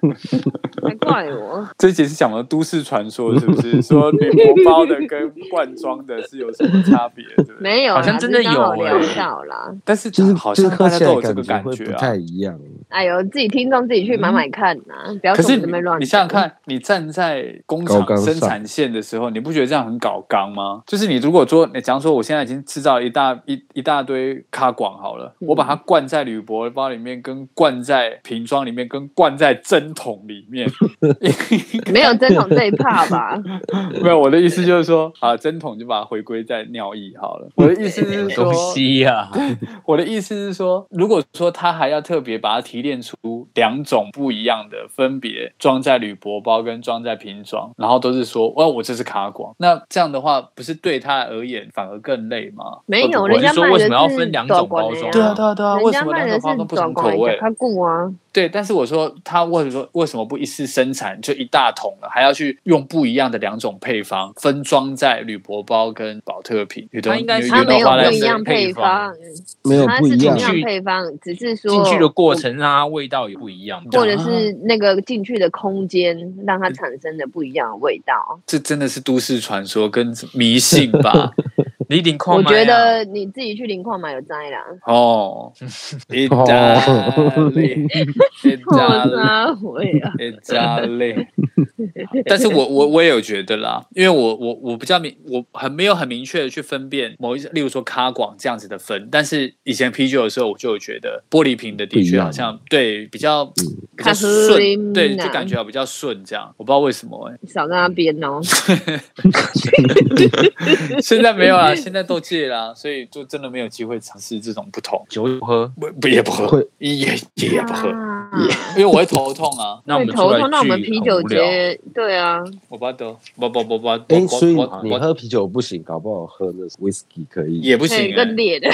还怪我。这一集是讲了都市传说，是不 是？说铝箔包的跟罐装的是有什么差别？对不对？没有啦，好像真的只是刚好有欸聊到啦。但是就是好就是像喝大家起都来有这个感感觉会觉不啊。太一样。哎呦，自己听众自己去买买看呐，不要可从是我这边乱讲。你想想看，你站在工高厂岗上生产线的时候，你不觉得这样很搞纲吗？就是你如果说，你假如说我现在已经制造一大一一大堆咖广好了，嗯我把它灌在铝箔包里面，跟灌在瓶装里面，跟灌在针筒里 面， 没有针筒这一怕 吧？没有，我的意思就是说，啊，针筒就把它回归在尿液好了。我的意思是说东，西啊呀、我的意思是说，如果说它还要特别把它提炼出两种不一样的，分别装在铝箔包跟装在瓶装，然后都是说，哇，我这是卡广，那这样的话，不是对他而言反而更累吗？没有，会人不会人家说卖为的什是么要分两种包装对啊，短对啊，对啊，管的呀为人什么家卖两的种包是装不同短口管味小？卡固啊，对，但是我说他为什么为什么不一次生产就一大桶了，还要去用不一样的两种配方分装在铝箔包跟保特瓶？它应该是它有没有到花不篮一子的样配配方方，没有它不是一同样样进去配方，只是说进去的过程让它味道也不一样。或者是那个进去的空间，让它产生的不一样的味道。这真的是都市传说跟迷信 吧？你顶矿我麦啊觉得你自己去林矿买有灾啦， 哦，意大哦利，意大利。啊，会啊，欸加 累，但是我我我也有觉得啦，因为我我我比较明，我很没有很明确的去分辨某一些，例如说咖广这样子的分，但是以前啤酒的时候，我就有觉得玻璃瓶的的不一确样嗯好像对比较比较卡斯林顺，啊对就感觉比较顺这样，我不知道为什么 欸、你少在那边哦。现在没有啦，现在都戒啦，所以就真的没有机会尝试这种不同，酒喝，不不也不喝会，也也也不喝，啊因为我会头痛啊，那我会们头出来痛，那我们聚啤好酒无聊节，对啊，我不得，不不不不，我哎、我所以我你我喝啤酒不行，搞不好喝那 whisky 可以。也不行、对，欸，更烈的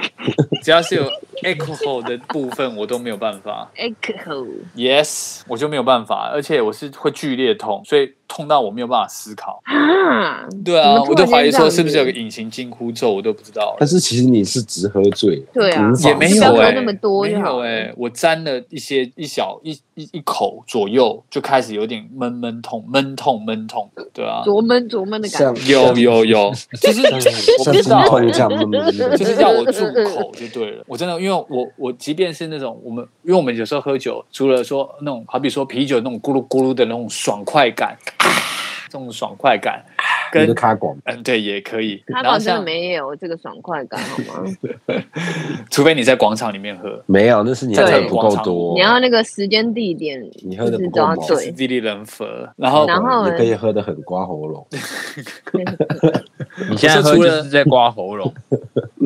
只要是有 alcohol 的部分，我都没有办法。 echo。 Yes，我就没有办法，而且我是会剧烈痛，所以痛到我没有办法思考。啊，对啊，怎么突我然间都怀疑这说样子是不是有个隐形惊呼咒，我都不知道了欸但是其实你是直喝醉，对啊无法也没不要有喝哎、那么多没就好有了哎、我沾了一些一小一一一口左右，就开始有点闷闷痛，闷痛闷痛，对啊，灼闷灼闷的感像觉。有有 有，就是像我像不知金道欸通这样那么那个就是要我嗯住口就对了。我真的，因为我我即便是那种我们，因为我们有时候喝酒，除了说那种好比说啤酒那种咕噜咕噜的那种爽快感，啊这种爽快感，啊你跟的卡广。嗯对也可以。他然宝后真的像没有这个爽快感，好吗？除非你在广场里面喝，没有，那是你喝在的不够多。你要那个时间地点，你喝得就是不都够要猛就是对。地利人和，然哦后然后也可以喝得很刮喉咙。你现在不是喝除就了 是在刮喉咙，嗯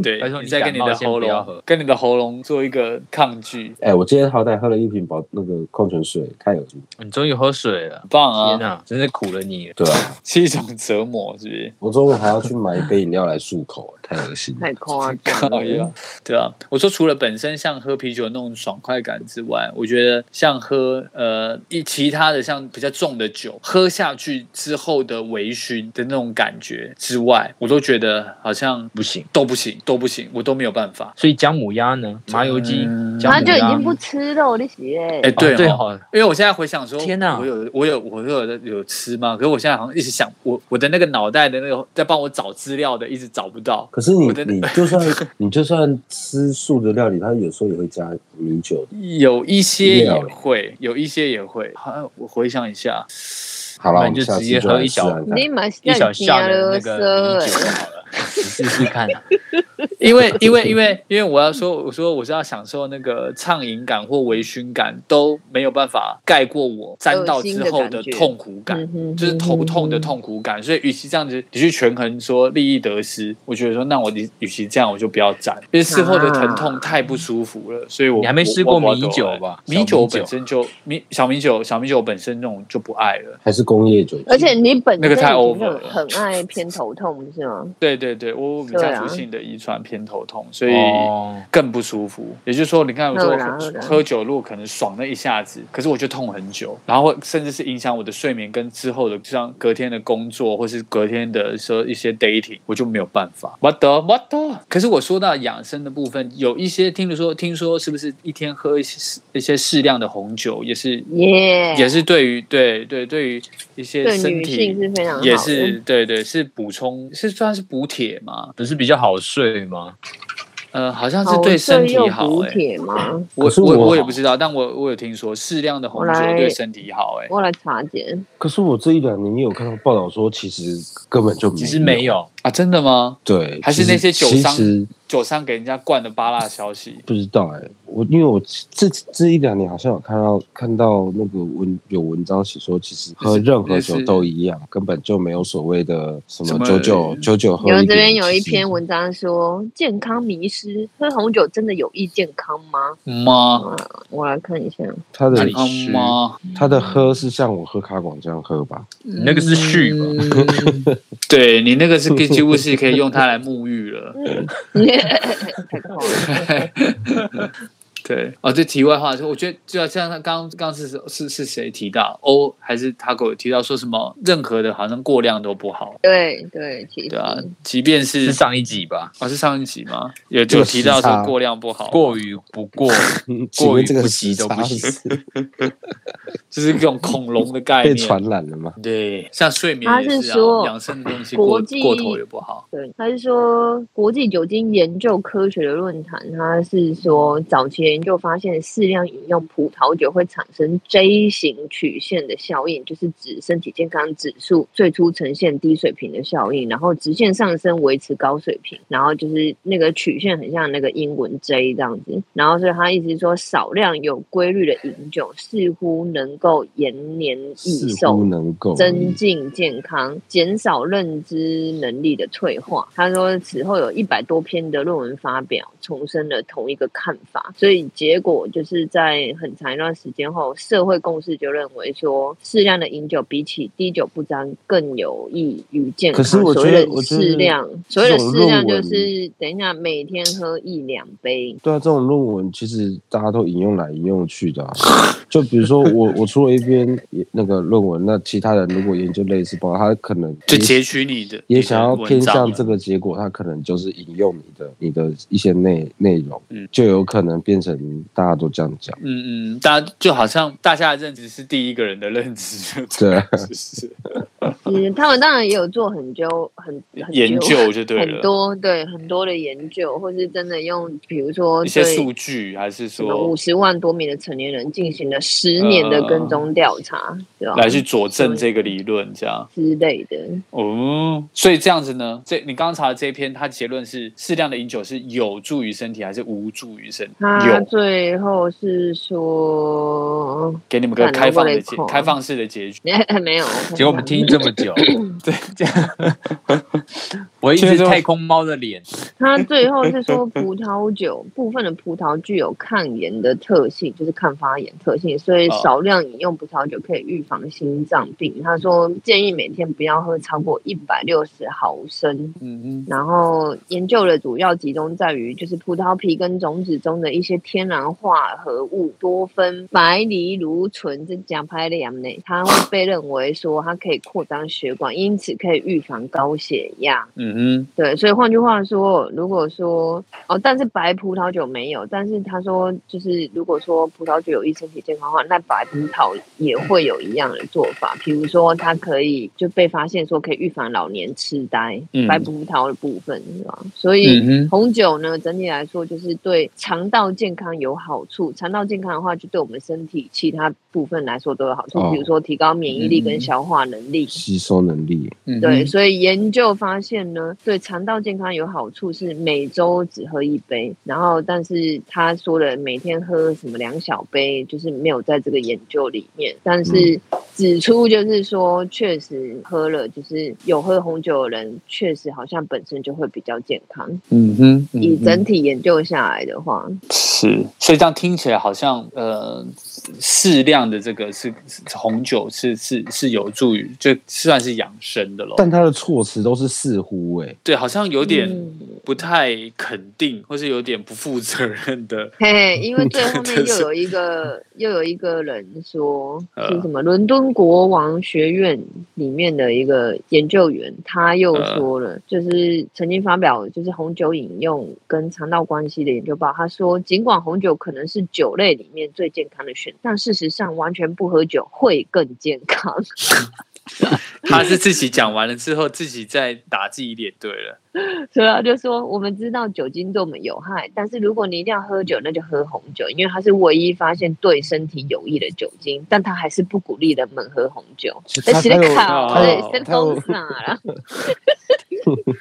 对拜托，你再跟感你冒的先喉不要咙喝跟你的喉咙做一个抗拒，哎、我今天好歹喝了一瓶保那个矿泉水，太有劲。你终于喝水了很，棒天啊，哪，真是苦了你了。对啊，是一种折磨，是不是？ 我中午还要去买一杯饮料来漱口，太恶心了。太夸 张靠了呀。，对啊，我说除了本身像喝啤酒那种爽快感之外，我觉得像喝呃一其他的像比较重的酒，喝下去之后的微醺的那种感觉之外，我都觉得好像不行。都不行，都不行，我都没有办法。所以姜母鸭呢？麻油鸡嗯，姜他母就已鸭经不吃肉了，姐。哎、哦对对哦哦，因为我现在回想说，天哪我有我有我有有吃吗？可是我现在好像一直想，我我的那个脑袋的那个在帮我找资料的，一直找不到。可是你我真的你就算你就算吃素的料理，它有时候也会加米酒。有一些也料会，有一些也会。好、像我回想一下，好了，那我们你就下直次接就喝来一试小看看你蛮一小下的了那个米酒嗦，好了， 你试试看。啊 因为因为因为因为我要说，我说我是要享受那个畅饮感或微醺感都没有办法盖过我沾到之后的痛苦感嗯。哼嗯就是头痛的。痛苦感，所以与其这样子，你去权衡说利益得失，我觉得说，那我与与其这样，我就不要沾，因为事后的疼痛太不舒服了，所以我你还没我试过我不要米酒吧我米小米酒酒本身就米小米酒小米酒本身那种就不爱了。还是工业酒精，而且你本身那个太已经 over 了很很爱偏头痛，不是吗？对对对，我我们对家啊族性的遗传偏头痛，所以。哦，更不舒服。也就是说，你看，我说喝啦喝喝啦喝酒，如果可能爽那一下子，可是我就痛很久，然后甚至是影响我的睡眠跟之后的，就像隔天的工作，或是隔天的说一些 dating，我就没有办法。我的我的，可是我说到养生的部分，有一些听说听说是不是一天喝一些一些适量的红酒，也是耶，也是对于对对对于一些啊对身女性体是非常好的也是对对是补充是算是补铁嘛，不是比较好睡吗？呃，好像是好对身体哦这又好补哎、铁吗？我可是我我也不知道，但我我有听说适量的红酒我来对身体好、欸，哎，我来查检，可是我这一两年也有看到报道说，其实根本就没其实没有，啊，真的吗？对，还是那些酒商其实酒商给人家灌的八辣消息，不知道哎、我因为我这这一两年好像有看到看到那个文有文章写说，其实喝任何酒都一样，根本就没有所谓的什什么么九九九九喝有一点。这边有一其实篇文章说，健康迷失，喝红酒真的有益健康吗？妈我来看一下，他的里啊妈，他的喝是像我喝卡广这样喝 吧？你那个是续吧？嗯对你那个是可以几乎是可以用它来沐浴了。太夸张了，对，哦，这题外话，就我觉得就要像他刚刚是是是谁提到欧还是他给我提到说什么，任何的好像过量都不好，对对，其实对啊，即便是是上一集吧？哦是上一集吗？有这有个提到时差说过量不好，过于不 过，请问这个过于不及时都不差行 是就是这种恐龙的概被念。传染了吗？对，像睡眠也他是是说啊，养生的东西过国际过头也不好。对，他是说国际酒精研究科学的论坛，他是说早期的研究发现，适量饮用葡萄酒会产生 J 型曲线的效应，就是指身体健康指数最初呈现低水平的效应，然后直线上升维持高水平，然后就是那个曲线很像那个英文 J 这样子，然后所以他一直说少量有规律的饮酒似乎能够延年益似寿乎。能够增进健康，减少认知能力的退化。他说，此后有一百多篇的论文发表，重申了同一个看法。所以结果就是在很长一段时间后，社会共识就认为说，适量的饮酒比起滴酒不沾更有益于健可康。是我所觉得谓的我觉得适量，所谓的这种适量就论文是等一下每天喝一两杯。对啊，这种论文其实大家都引用来引用去的、啊。 就比如说我我出了一篇那个论文，那其他人如果研究类似报告，他可能就也截取你的，也想要偏向这个。个结果，他可能就是引用你的你的一些内内容，嗯就有可能变成大家都这样讲。嗯嗯，大家就好像大家的认知是第一个人的认 知，就对啊，是嗯，他们当然也有做很久很很研究就对很了，多对很多的研究，或是真的用，比如说一些对数据还是什么五说嗯十万多名的成年人进行了十年的跟踪调查，对吧？来去佐证这个理论，这样之类的，哦。所以这样子呢，这你刚刚查的这一篇，它结论是适量的饮酒是有助于身体还是无助于身体？他有最后是说 给你们个看了开放的我结口开放式的结局。没有，结果我们听这么久， 对，这样我一其实直就太空猫的脸， 他最后是说，葡萄酒部分的葡萄具有抗炎的特性，就是抗发炎特性，所以哦少量饮用葡萄酒可以预防心脏病。他说建议每天不要喝超过一百六十毫升。嗯然后研究的主要集中在于，就是葡萄皮跟种子中的一些天然化合物多酚、白藜芦醇这甲拍的氧内，它会被认为说它可以扩张血管，因此可以预防高血压。哼，嗯对，所以换句话说，如果说哦，但是白葡萄酒没有，但是他说就是如果说葡萄酒有益身体健康的话，那白葡萄也会有一样的做法，比如说它可以就被发现说可以预防老年痴呆，嗯白葡萄的部分是吧？所哼，以。嗯哼，红酒呢，整体来说就是对肠道健康有好处。肠道健康的话，就对我们身体其他部分来说都有好处，哦比如说提高免疫力跟嗯消化能力。吸收能力，嗯哼对，，所以研究发现呢，对肠道健康有好处是每周只喝一杯，然后但是他说了每天喝什么两小杯，就是没有在这个研究里面，嗯但是指出就是说，确实喝了就是有喝红酒的人，确实好像本身就会比较健康。嗯哼，嗯以哼整体研究下来的话，是，所以这样听起来好像呃，适量的这个是是红酒是是是有助于，就算是养生的咯。但他的措辞都是似乎哎、对，好像有点嗯不太肯定，或是有点不负责任 的。嘿，因为最后面真又嗯是有一个又有一个人说呃是什么伦敦国王学院里面的一个研究员，他又呃说了，就是曾经发表就是红酒饮用跟肠道关系的研究报，他说尽管红酒可能是酒类里面最健康的选，但事实上完全不喝酒会更健康。 他是自己讲完了之后，自己再打自己脸，对了。所以他啊就说，我们知道酒精对我们有害，但是如果你一定要喝酒，那就喝红酒，因为它是唯一发现对身体有益的酒精，但他还是不鼓励人们喝红酒。他写他有考，他有对，他先有封啥啦？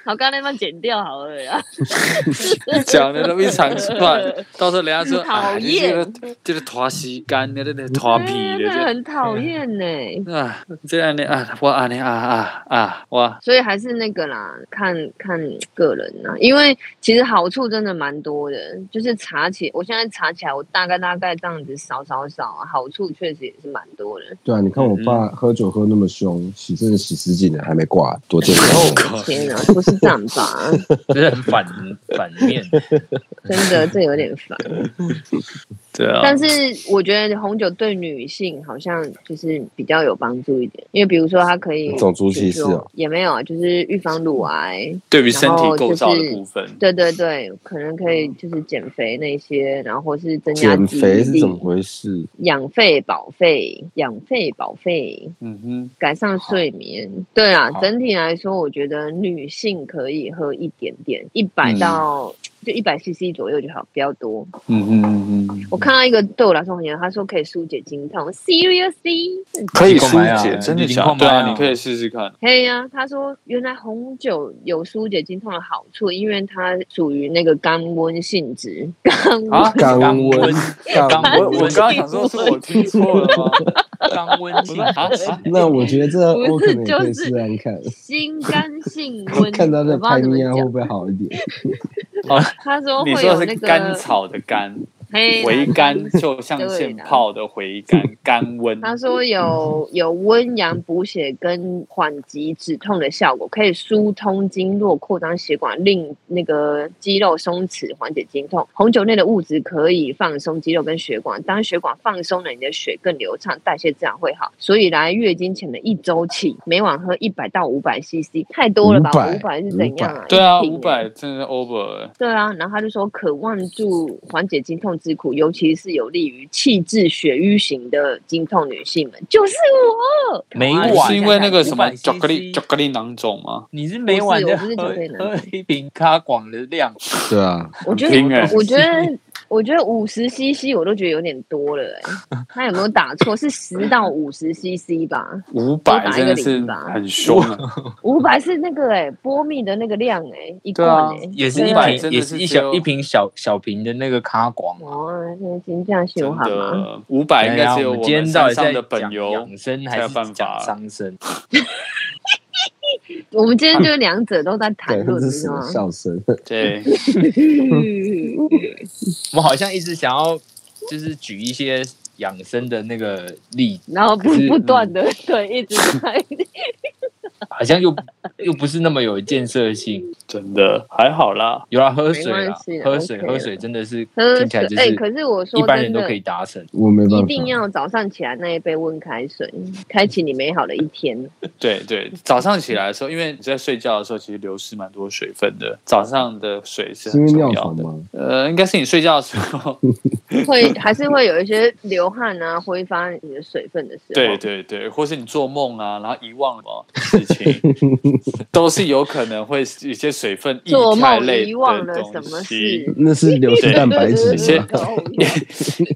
好，刚刚那帮剪掉好了 啦。讲的都一长串， 到时候人家说讨厌啊，你这个这个拖西干，你这个拖皮哎的 真的这嗯很讨厌呢。 个，啊，这样呢啊，我啊你啊啊啊，我所以还是那个啦，看看个人啦、因为其实好处真的蛮多的，就是查起，我现在查起来，我大概大概这样子扫扫扫啊，好处确实也是蛮多的。对啊，你看我嗯爸喝酒喝那么凶，洗真的洗十几年还没挂，多健 康！哦天啊，不是战吧？就是很反反 面。真的，这有点 烦。对啊，但是我觉得红酒对女性好像就是比较有帮助一点，因为比如说它可以种族歧视哦，也没有啊，就是预防乳癌，对于身然体后构就造的是部分，对对对，可能可以就是减肥那些，然后或是增加减记忆肥是力怎么回事？养肺保肺，养肺保肺，嗯哼，改善睡眠。对啊，好整体来说，我觉得女性可以喝一点点，一百嗯到、就一百 CC 左右就好，不要多。嗯哼嗯哼，我看到一个对我来说很严，他说可以疏解经痛，seriously，可以疏解真真的的假假的？的对啊，你你可以试试看。嘿呀、他说原来红酒有疏解经痛的好处，因为它属于那个甘温性 质，甘温、啊肛温温，哎肛肛温。温我我刚刚想说是我听错了 吗？肛温性啊啊 那我觉得这不是我可能也可以就是试看看，心甘性温，看他我的不知道排怎么尿啊会不讲。会好一点？他说你会有说那是个甘草的甘，嘿回 甘就像对现啦泡的回 甘，甘温。他说有有温阳补血跟缓急止痛的效果，可以疏通经络、扩张血管，令那个肌肉松弛，缓解经痛。红酒内的物质可以放松肌肉跟血管，当血管放松了，你的血更流畅，代谢自然会好。所以来月经前的一周起，每晚喝一百到五百 CC，太多了吧？五500百是怎样啊？对啊，一瓶五欸百真的 over，对啊，然后他就说可望助缓解经痛之苦，尤其是有利于气滞血瘀型的经痛女性们，就是我。每哇晚哎是因为那个什么500 cc 巧克力巧克力囊肿吗？你是每晚我就不是喝我不是酒喝一瓶咖广的量，对 啊，我觉很拼得欸，我觉得，我觉得五十 CC 我都觉得有点多 了、欸，他有没有打错？是十到五十 CC 吧？五打百一真的个零是吧很凶 啊！五百是那个哎、欸，波蜜的那个量哎、欸，一对罐啊哎、欸。也是一500瓶，真的也是是一只有小一瓶小小瓶的那个咖广。哦，现在金价真修好吗？的，五百应对啊该是有我们今哎们天到山底上在的本讲油。养生才还有是办法讲伤身？我们今天就是两者都在谈对，论，这你是知什道么吗？笑声？ 对，我们好像一直想要就是举一些养生的那个例子， 然后不可是不断的对一直在，好像又又不是那么有建设性。 真的还好啦。有啦，喝水啦没关系，喝水 OK 喝水真的是可听起来是就哎、是可是我说一般人真都的可以达成。我没办法，一定要早上起来那一杯温开水， 开启你美好的一天。 对对，早上起来的时候，因为你在睡觉的时候，其实流失蛮多水分的。早上的水是是因很为重尿要床的。吗？呃，应该是你睡觉的 时候。 会还是会有一些流汗啊，挥发你的水分的时候。对对对，或是你做梦啊，然后遗忘了某事情，都是有可能会有些水分液做态梦类遗忘的了东什么西事，那 是流失蛋白质 有些吗？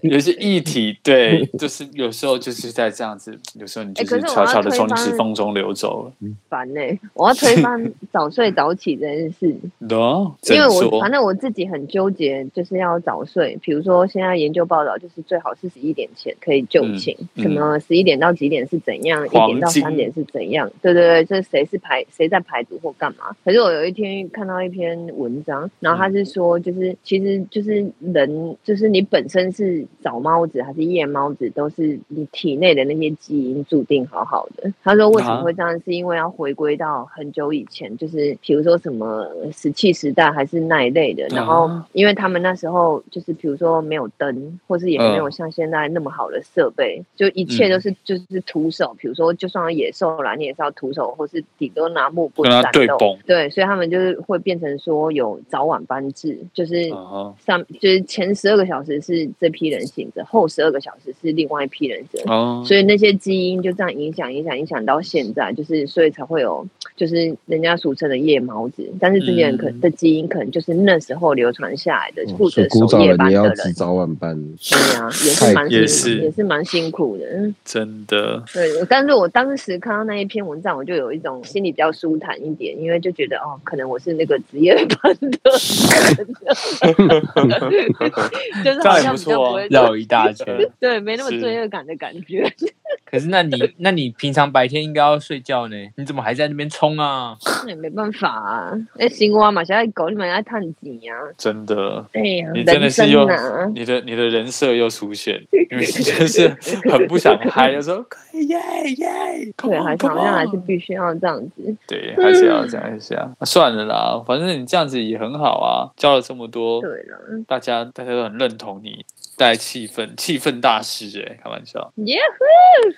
有些液体，对，就是有时候就是在这样子，有时候你就哎可是悄悄的我要推从翻指缝中流走了。烦呢、我要推翻早睡早起这件事，喏，怎因为我说反正我自己很纠结，就是要早睡。比如说现在研究报道，就是最好是十一点前可以就寝，嗯嗯什么十一点到几点是怎样，一黄点到金三点是怎样，对对对，这谁是排谁在排毒或干嘛？可是我有一天看到一篇文章，然后他嗯是说，就是、其实就是人，就是你本身是早猫子还是夜猫子，都是你体内的那些基因注定好好的。他说为什么啊会这样，是因为要回归到很久以前，就是比如说什么石器时代还是那一类的，然后啊因为他们那时候就是比如说没有灯，或是也没有嗯像现在那么好的设备，就一切都是、就是徒手，比如说就算有野兽啦，你也是要徒手，或是顶多拿木棍跟他战对斗。崩，对，所以他们就是会变成说有早晚班制，就是嗯哼上就是前十二个小时是这批人醒着，后十二个小时是另外一批人醒着。哦，所以那些基因就这样影响、影响、影响到现在，就是所以才会有，就是人家俗称的夜猫子。但是这些人嗯可哦的基因可能就是那时候流传下来的，负哦所责以古守早夜人班也的要人值，早晚班，对啊，也是蛮也辛是也是蛮辛苦的。嗯真的，对，但是我当时看到那一篇文章，我就有一种心里比较舒坦一点，因为就觉得哦，可能我是那个职业班 的人，就是好像比较不会绕一大圈，对没那么啊是罪恶感的感觉。可是那你那你平常白天应该要睡觉呢，你怎么还在那边冲啊？那也没办法啊，那青蛙嘛，现在狗你们要探钱啊，真的，哎呀，你真的人是生又啊，你的你的人设又出现， 因为你就是很不想嗨，就说可以耶耶，对，还是好像还是必必须要这样子。对，还是要讲一下、啊算了啦，反正你这样子也很好啊，教了这么多，对了大家大家都很认同你。带气氛，气氛大师哎、开玩笑，耶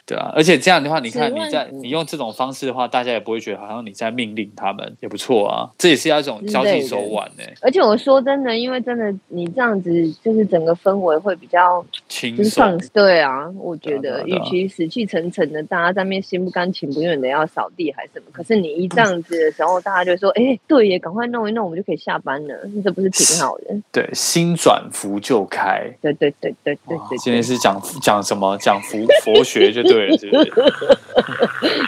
对啊，而且这样的话，你看十你万在你用这种方式的话，大家也不会觉得好像你在命令他们，也不错啊，这也是要一种交际手腕哎、而且我说真的，因为真的你这样子，就是整个氛围会比较就轻是松放，对啊，我觉对啊得，对与啊其死气沉沉的，大家在那边心不甘情不愿的要扫地还是什么，可是你一这样子的时候，大家就说，哎，对耶，赶快弄一弄，我们就可以下班了，这不是挺好的？对，心转福就开，对对对对对对，今天哦是讲讲什么？讲佛佛学就对了，是 不是？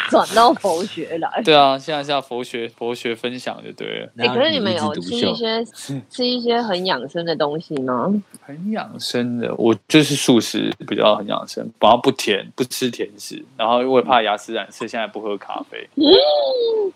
转到佛 学来。对啊，现在是要佛学佛学分享就对了，哎、可是你们然后有一枝吃独秀 一些吃一些很养生的东西吗？很养生的。我就是素食比较很养生，然后不甜，不吃甜食，然后因为怕牙齿染色，现在不喝咖啡。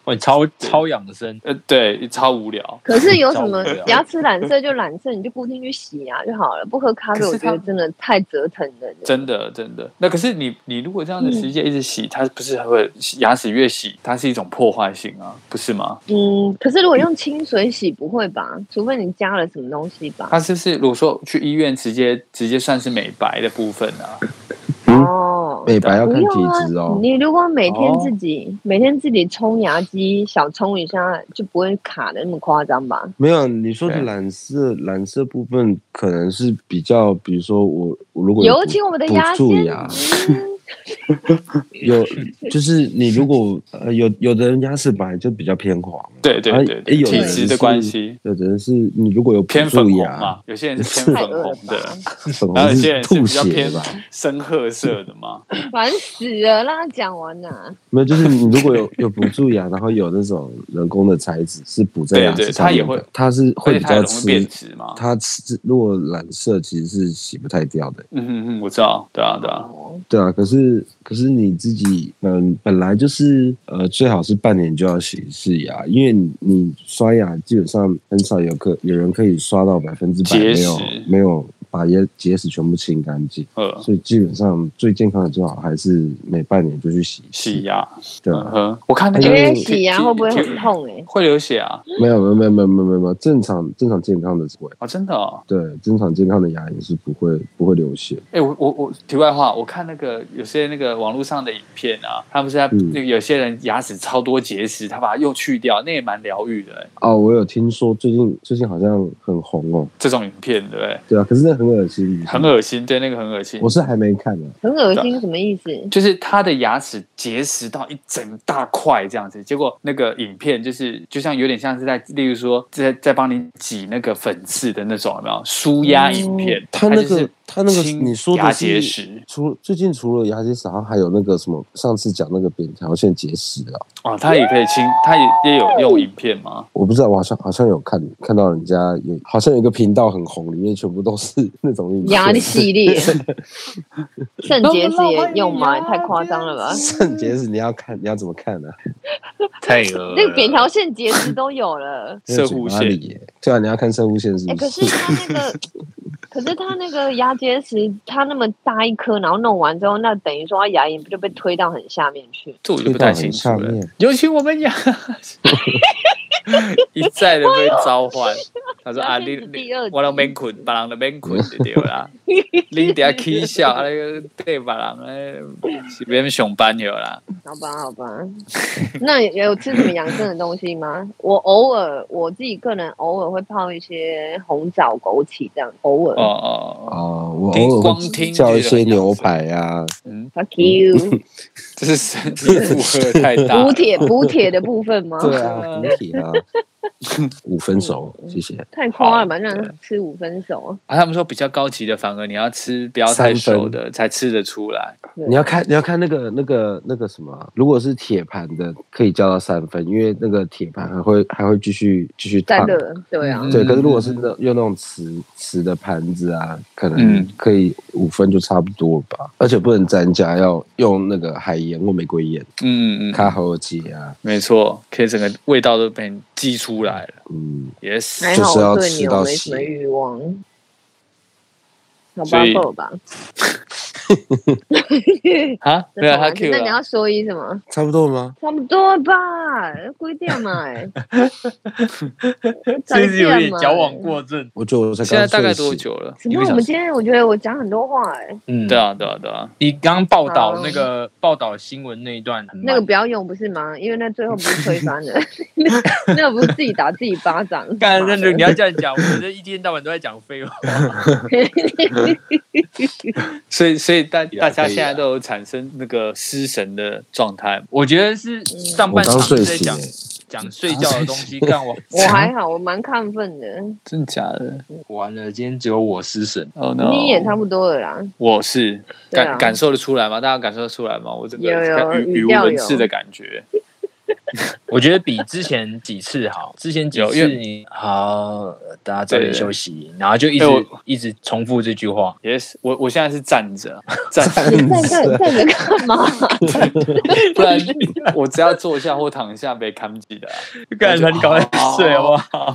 我超超养生，呃，对，超无聊。可是有什么照顾啊不了牙齿染色就染色，你就固定去洗牙就好了。不喝咖啡，可我是觉它得真的太折腾人了。真的，真的。那可是你，你如果这嗯样的时间一直洗，它不是还会牙齿越洗，它是一种破坏性啊，不是吗？嗯，可是如果用清水洗不会吧？除非你加了什么东西吧。它就是如果说去医院直接直接算是美白的部分啊，嗯哦，美白要不看用体质啊哦。。你如果每天哦自己、每天自己冲牙机小冲一下，就不会卡的那么夸张吧？没有，啊你说的啊对染色染色部分可能是比较，比如说我我如果有尤补其我们的补牙蛀线嗯牙，有就是你如果呃有有的人牙齿本来就比较偏黄，对对哎对，哎有体人质是的关系。有的人是你如果有补偏粉蛀红牙嘛，，有些人是偏太粉饿了红的，吧，粉 然后红有些人是吐比较血偏吧？深褐色的嘛。烦死了！让他讲完啊啦、没有，就是你如果有有补蛀牙，然后有那种人工的材质是补在对牙齿对上它也面的会，它是而会且比它也较容易变吃，质嘛。它吃如果染色其实是洗不太掉的，嗯嗯嗯，我知道，对啊对啊，哦，对啊。可是是可是你自己，嗯，本来就是呃，最好是半年就要洗一次牙，因为你你刷牙基本上很少有可有人可以刷到百分之百结没石有没有把牙结石全部清干净，呃，所以基本上最健康的最好还是每半年就去洗一次洗，牙，对嗯啊，哼，我看那因个为嗯洗牙啊会不会很？痛、欸？会流血啊！ 没有没有没有没有没有没有没有正常正常健康的是不会，哦，真的哦。对，正常健康的牙龈是不会不会流血，哎、我我我，题外话，我看那个有些那个网络上的影片啊，他们是在、嗯那个有些人牙齿超多结石，他把它又去掉，那也蛮疗愈的、欸。哦，我有听说最近最近好像很红哦，这种影片对不对？对啊，可是那很恶心，很恶心，对那个很恶心我。是还没看呢、很恶心，什么意思？就是他的牙齿结石到一整大块这样子，结果那个影片就是就像有点像是在，例如说在在帮你挤那个粉刺的那种，有没有舒压影片？哦他那就是个他那个清你说牙的结是石除最近除了牙结石，好像还有那个什么，上次讲那个扁桃腺结石啊，哦，他也可以清，他也也有哦用影片吗？我不知道，我好像好像有看看到人家有，好像有一个频道很红，里面全部都是 那种影片牙的系列，肾结石也用吗？也太夸张了吧！ 肾结石，你要看你要怎么看呢、啊？，太恶那个扁桃腺结石都有了那射嘴护巴线里耶，对啊，你要看射护线嗯是哎、不可是他那 个，可是他那个牙结石，他那么大一颗，然后弄完之后，那等于说他牙龈不就被推到很下面去？这我就不太清楚推到很下了面。尤其我 们牙一再的被召唤，他说啊，那你是你第二集我都免困，别人都免困就对 啦。你等下起笑，啊那个对别人咧是免上班有啦。好吧，好 吧。那有吃什么养生的东西吗？我偶尔，我自己个人偶尔会泡一些红枣枸杞这样，偶尔。哦哦，哦哦，我听偶尔光会听叫就一觉得些很牛养生排啊，嗯， Fuck you， 这是身体负荷太大了补。铁补铁的部分吗？ 对啊， 嗯补体啊，五分熟，谢谢。太夸了吧！那对吃五分熟，啊，他们说比较高级的，反而你要吃不要太熟的才吃得出来。对你要看你要看那个那个那个什么啊，如果是铁盘的，可以叫到三分，因为那个铁盘还会还会继续继续再烫。热，对啊嗯，对，可是如果是那用那种瓷瓷的盘子啊，可能嗯可以五分就差不多吧，而且不能沾加，要用那个海盐或玫瑰盐、嗯嗯嗯，卡好几啊，没错，可以整个味道都被你激出来了。嗯， Yes，还就好是要我对吃牛到没什么血欲望。好吧所以，够了吧。啊，没有他 Q 那你要了，说一什么？差不多吗？差不多吧，几点嘛？ 这是有点几点嘛哎矫枉。过正。我觉得我才现在大概睡多醒？久了？什么？我们今天我觉得我讲很多话哎，嗯对，啊，对啊，对啊，你刚刚报道好那个报道新闻那一段很慢，那个不要用不是吗？因为那最后不是推翻 了，那那不是自己打自己巴掌？干妈认的真，你要这样讲，我们这一天到晚都在讲废话。所以所以大大家可以啊现在都有产生那个失神的状态。 我觉得是上我半场刚睡是在醒讲欸，讲睡觉的东西，干我我还好，我蛮亢奋的，真假的？完了，今天只有我失神。哦、no！你也差不多了啦。我是对啊感、感受得出来吗？大家感受得出来吗？我这个有有语语语无调伦有次的感觉。我觉得比之前几次好，之前几有因次为你好，大家早对点对休息，然后就一直哎我一直重复这句话。 Yes，我我现在是站着站着， 你站着站着干嘛？不然我只要坐下或躺下被看不起的啊、干我就你赶快睡好不好？